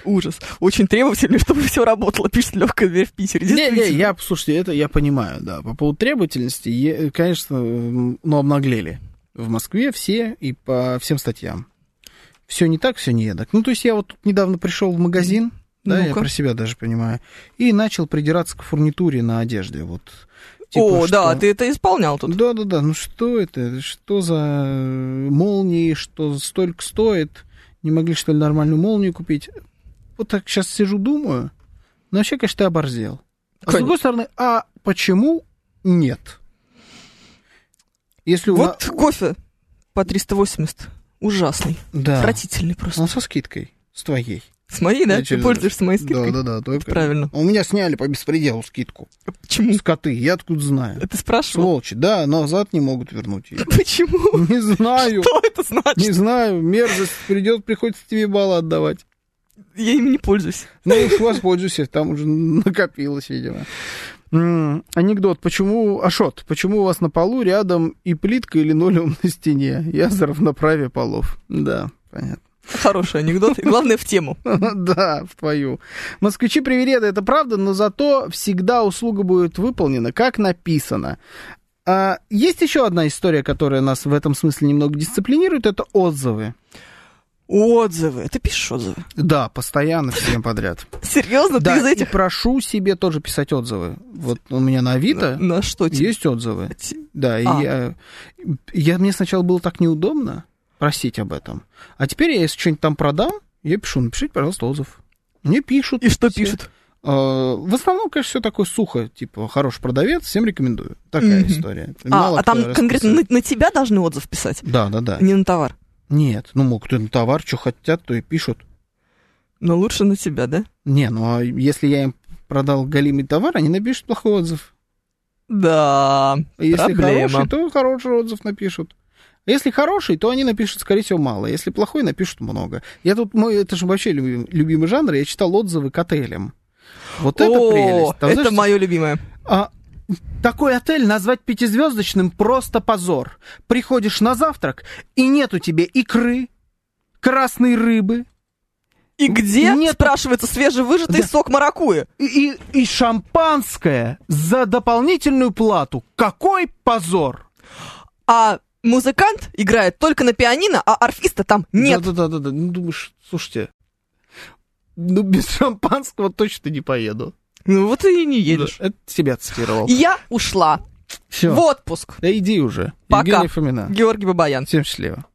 Ужас. Очень требовательный, чтобы все работало. Пишет легкая дверь в Питере. Не, Действительно. не, я, слушайте, это я понимаю, да. По поводу требовательности, е- конечно, м, ну, обнаглели. В Москве все и по всем статьям. Все не так, все не едок. Ну, то есть я вот тут недавно пришел в магазин, да, я Ну-ка. про себя даже понимаю, и начал придираться к фурнитуре на одежде, вот. О, Типа, да, что- ты это исполнял тут. Да, да, да. Ну что это? Что за э, молнии? Что столько стоит? Не могли, что ли, нормальную молнию купить? Вот так сейчас сижу, думаю. Ну, вообще, конечно, ты оборзел. А с Конечно. другой стороны, а почему нет? Если у нас... Вот кофе по 380. Ужасный. Да. Отвратительный просто. Он со скидкой. С твоей. С моей, да? Я Ты через- пользуешься моей скидкой? Да, да, да. Только... Правильно. У меня сняли по беспределу скидку. Почему? Скоты. Я откуда знаю. А Ты спрашивал? Сволочи. Да, назад не могут вернуть ее. Почему? Не знаю. Что это значит? Не знаю, мерзость придет, приходится тебе баллы отдавать. Я им не пользуюсь. Ну уж воспользуйся, там уже накопилось, видимо. М, Анекдот. Почему, Ашот, почему у вас на полу рядом и плитка, и линолеум на стене? Я за равноправие полов. Да, понятно. Хороший анекдот. И главное, в тему. Да, в твою. Москвичи привереды, это правда, но зато всегда услуга будет выполнена, как написано. А, есть еще одна история, которая нас в этом смысле немного дисциплинирует, это отзывы. Отзывы. Ты пишешь отзывы? Да, постоянно всем подряд. Серьезно? Да, Ты из и этих? прошу себе тоже писать отзывы. Вот у меня на Авито На что тебе? есть отзывы. Те- Да, и А. я, я... Мне сначала было так неудобно, просить об этом. А теперь я, если что-нибудь там продам, я пишу, напишите, пожалуйста, отзыв. Мне пишут. И что все. пишут? Э, В основном, конечно, все такое сухо, типа, хороший продавец, всем рекомендую. Такая Мгм. история. А, Мало а кто там конкретно на, расписывает. на тебя должны отзыв писать, Да, да, да. не на товар. Нет, ну, мол, кто на товар, что хотят, то и пишут. Но лучше на тебя, да? Не, ну, а если я им продал галимый товар, они напишут плохой отзыв. Да. А Если Проблема. хороший, то хороший отзыв напишут. А Если хороший, то они напишут, скорее всего, мало. Если плохой, напишут много. Я тут, мой, это же вообще люби- любимый жанр, я читал отзывы к отелям. Вот это О, прелесть. Там, это знаешь, мое любимое. А, такой отель назвать пятизвездочным просто позор. Приходишь на завтрак, и нет у тебя икры, красной рыбы И где, Нет. спрашивается, свежевыжатый Да. сок маракуйя? и, и, и шампанское за дополнительную плату. Какой позор! А музыкант играет только на пианино, а арфиста там нет. Да-да-да-да. Ну, думаешь, слушайте, ну, без шампанского точно не поеду. Ну вот и не едешь. Да, Это тебя цитировал. Я ушла Все. в отпуск. Да иди уже. Пока. Евгений Фомина. Георгий Бабаян. Всем счастливо.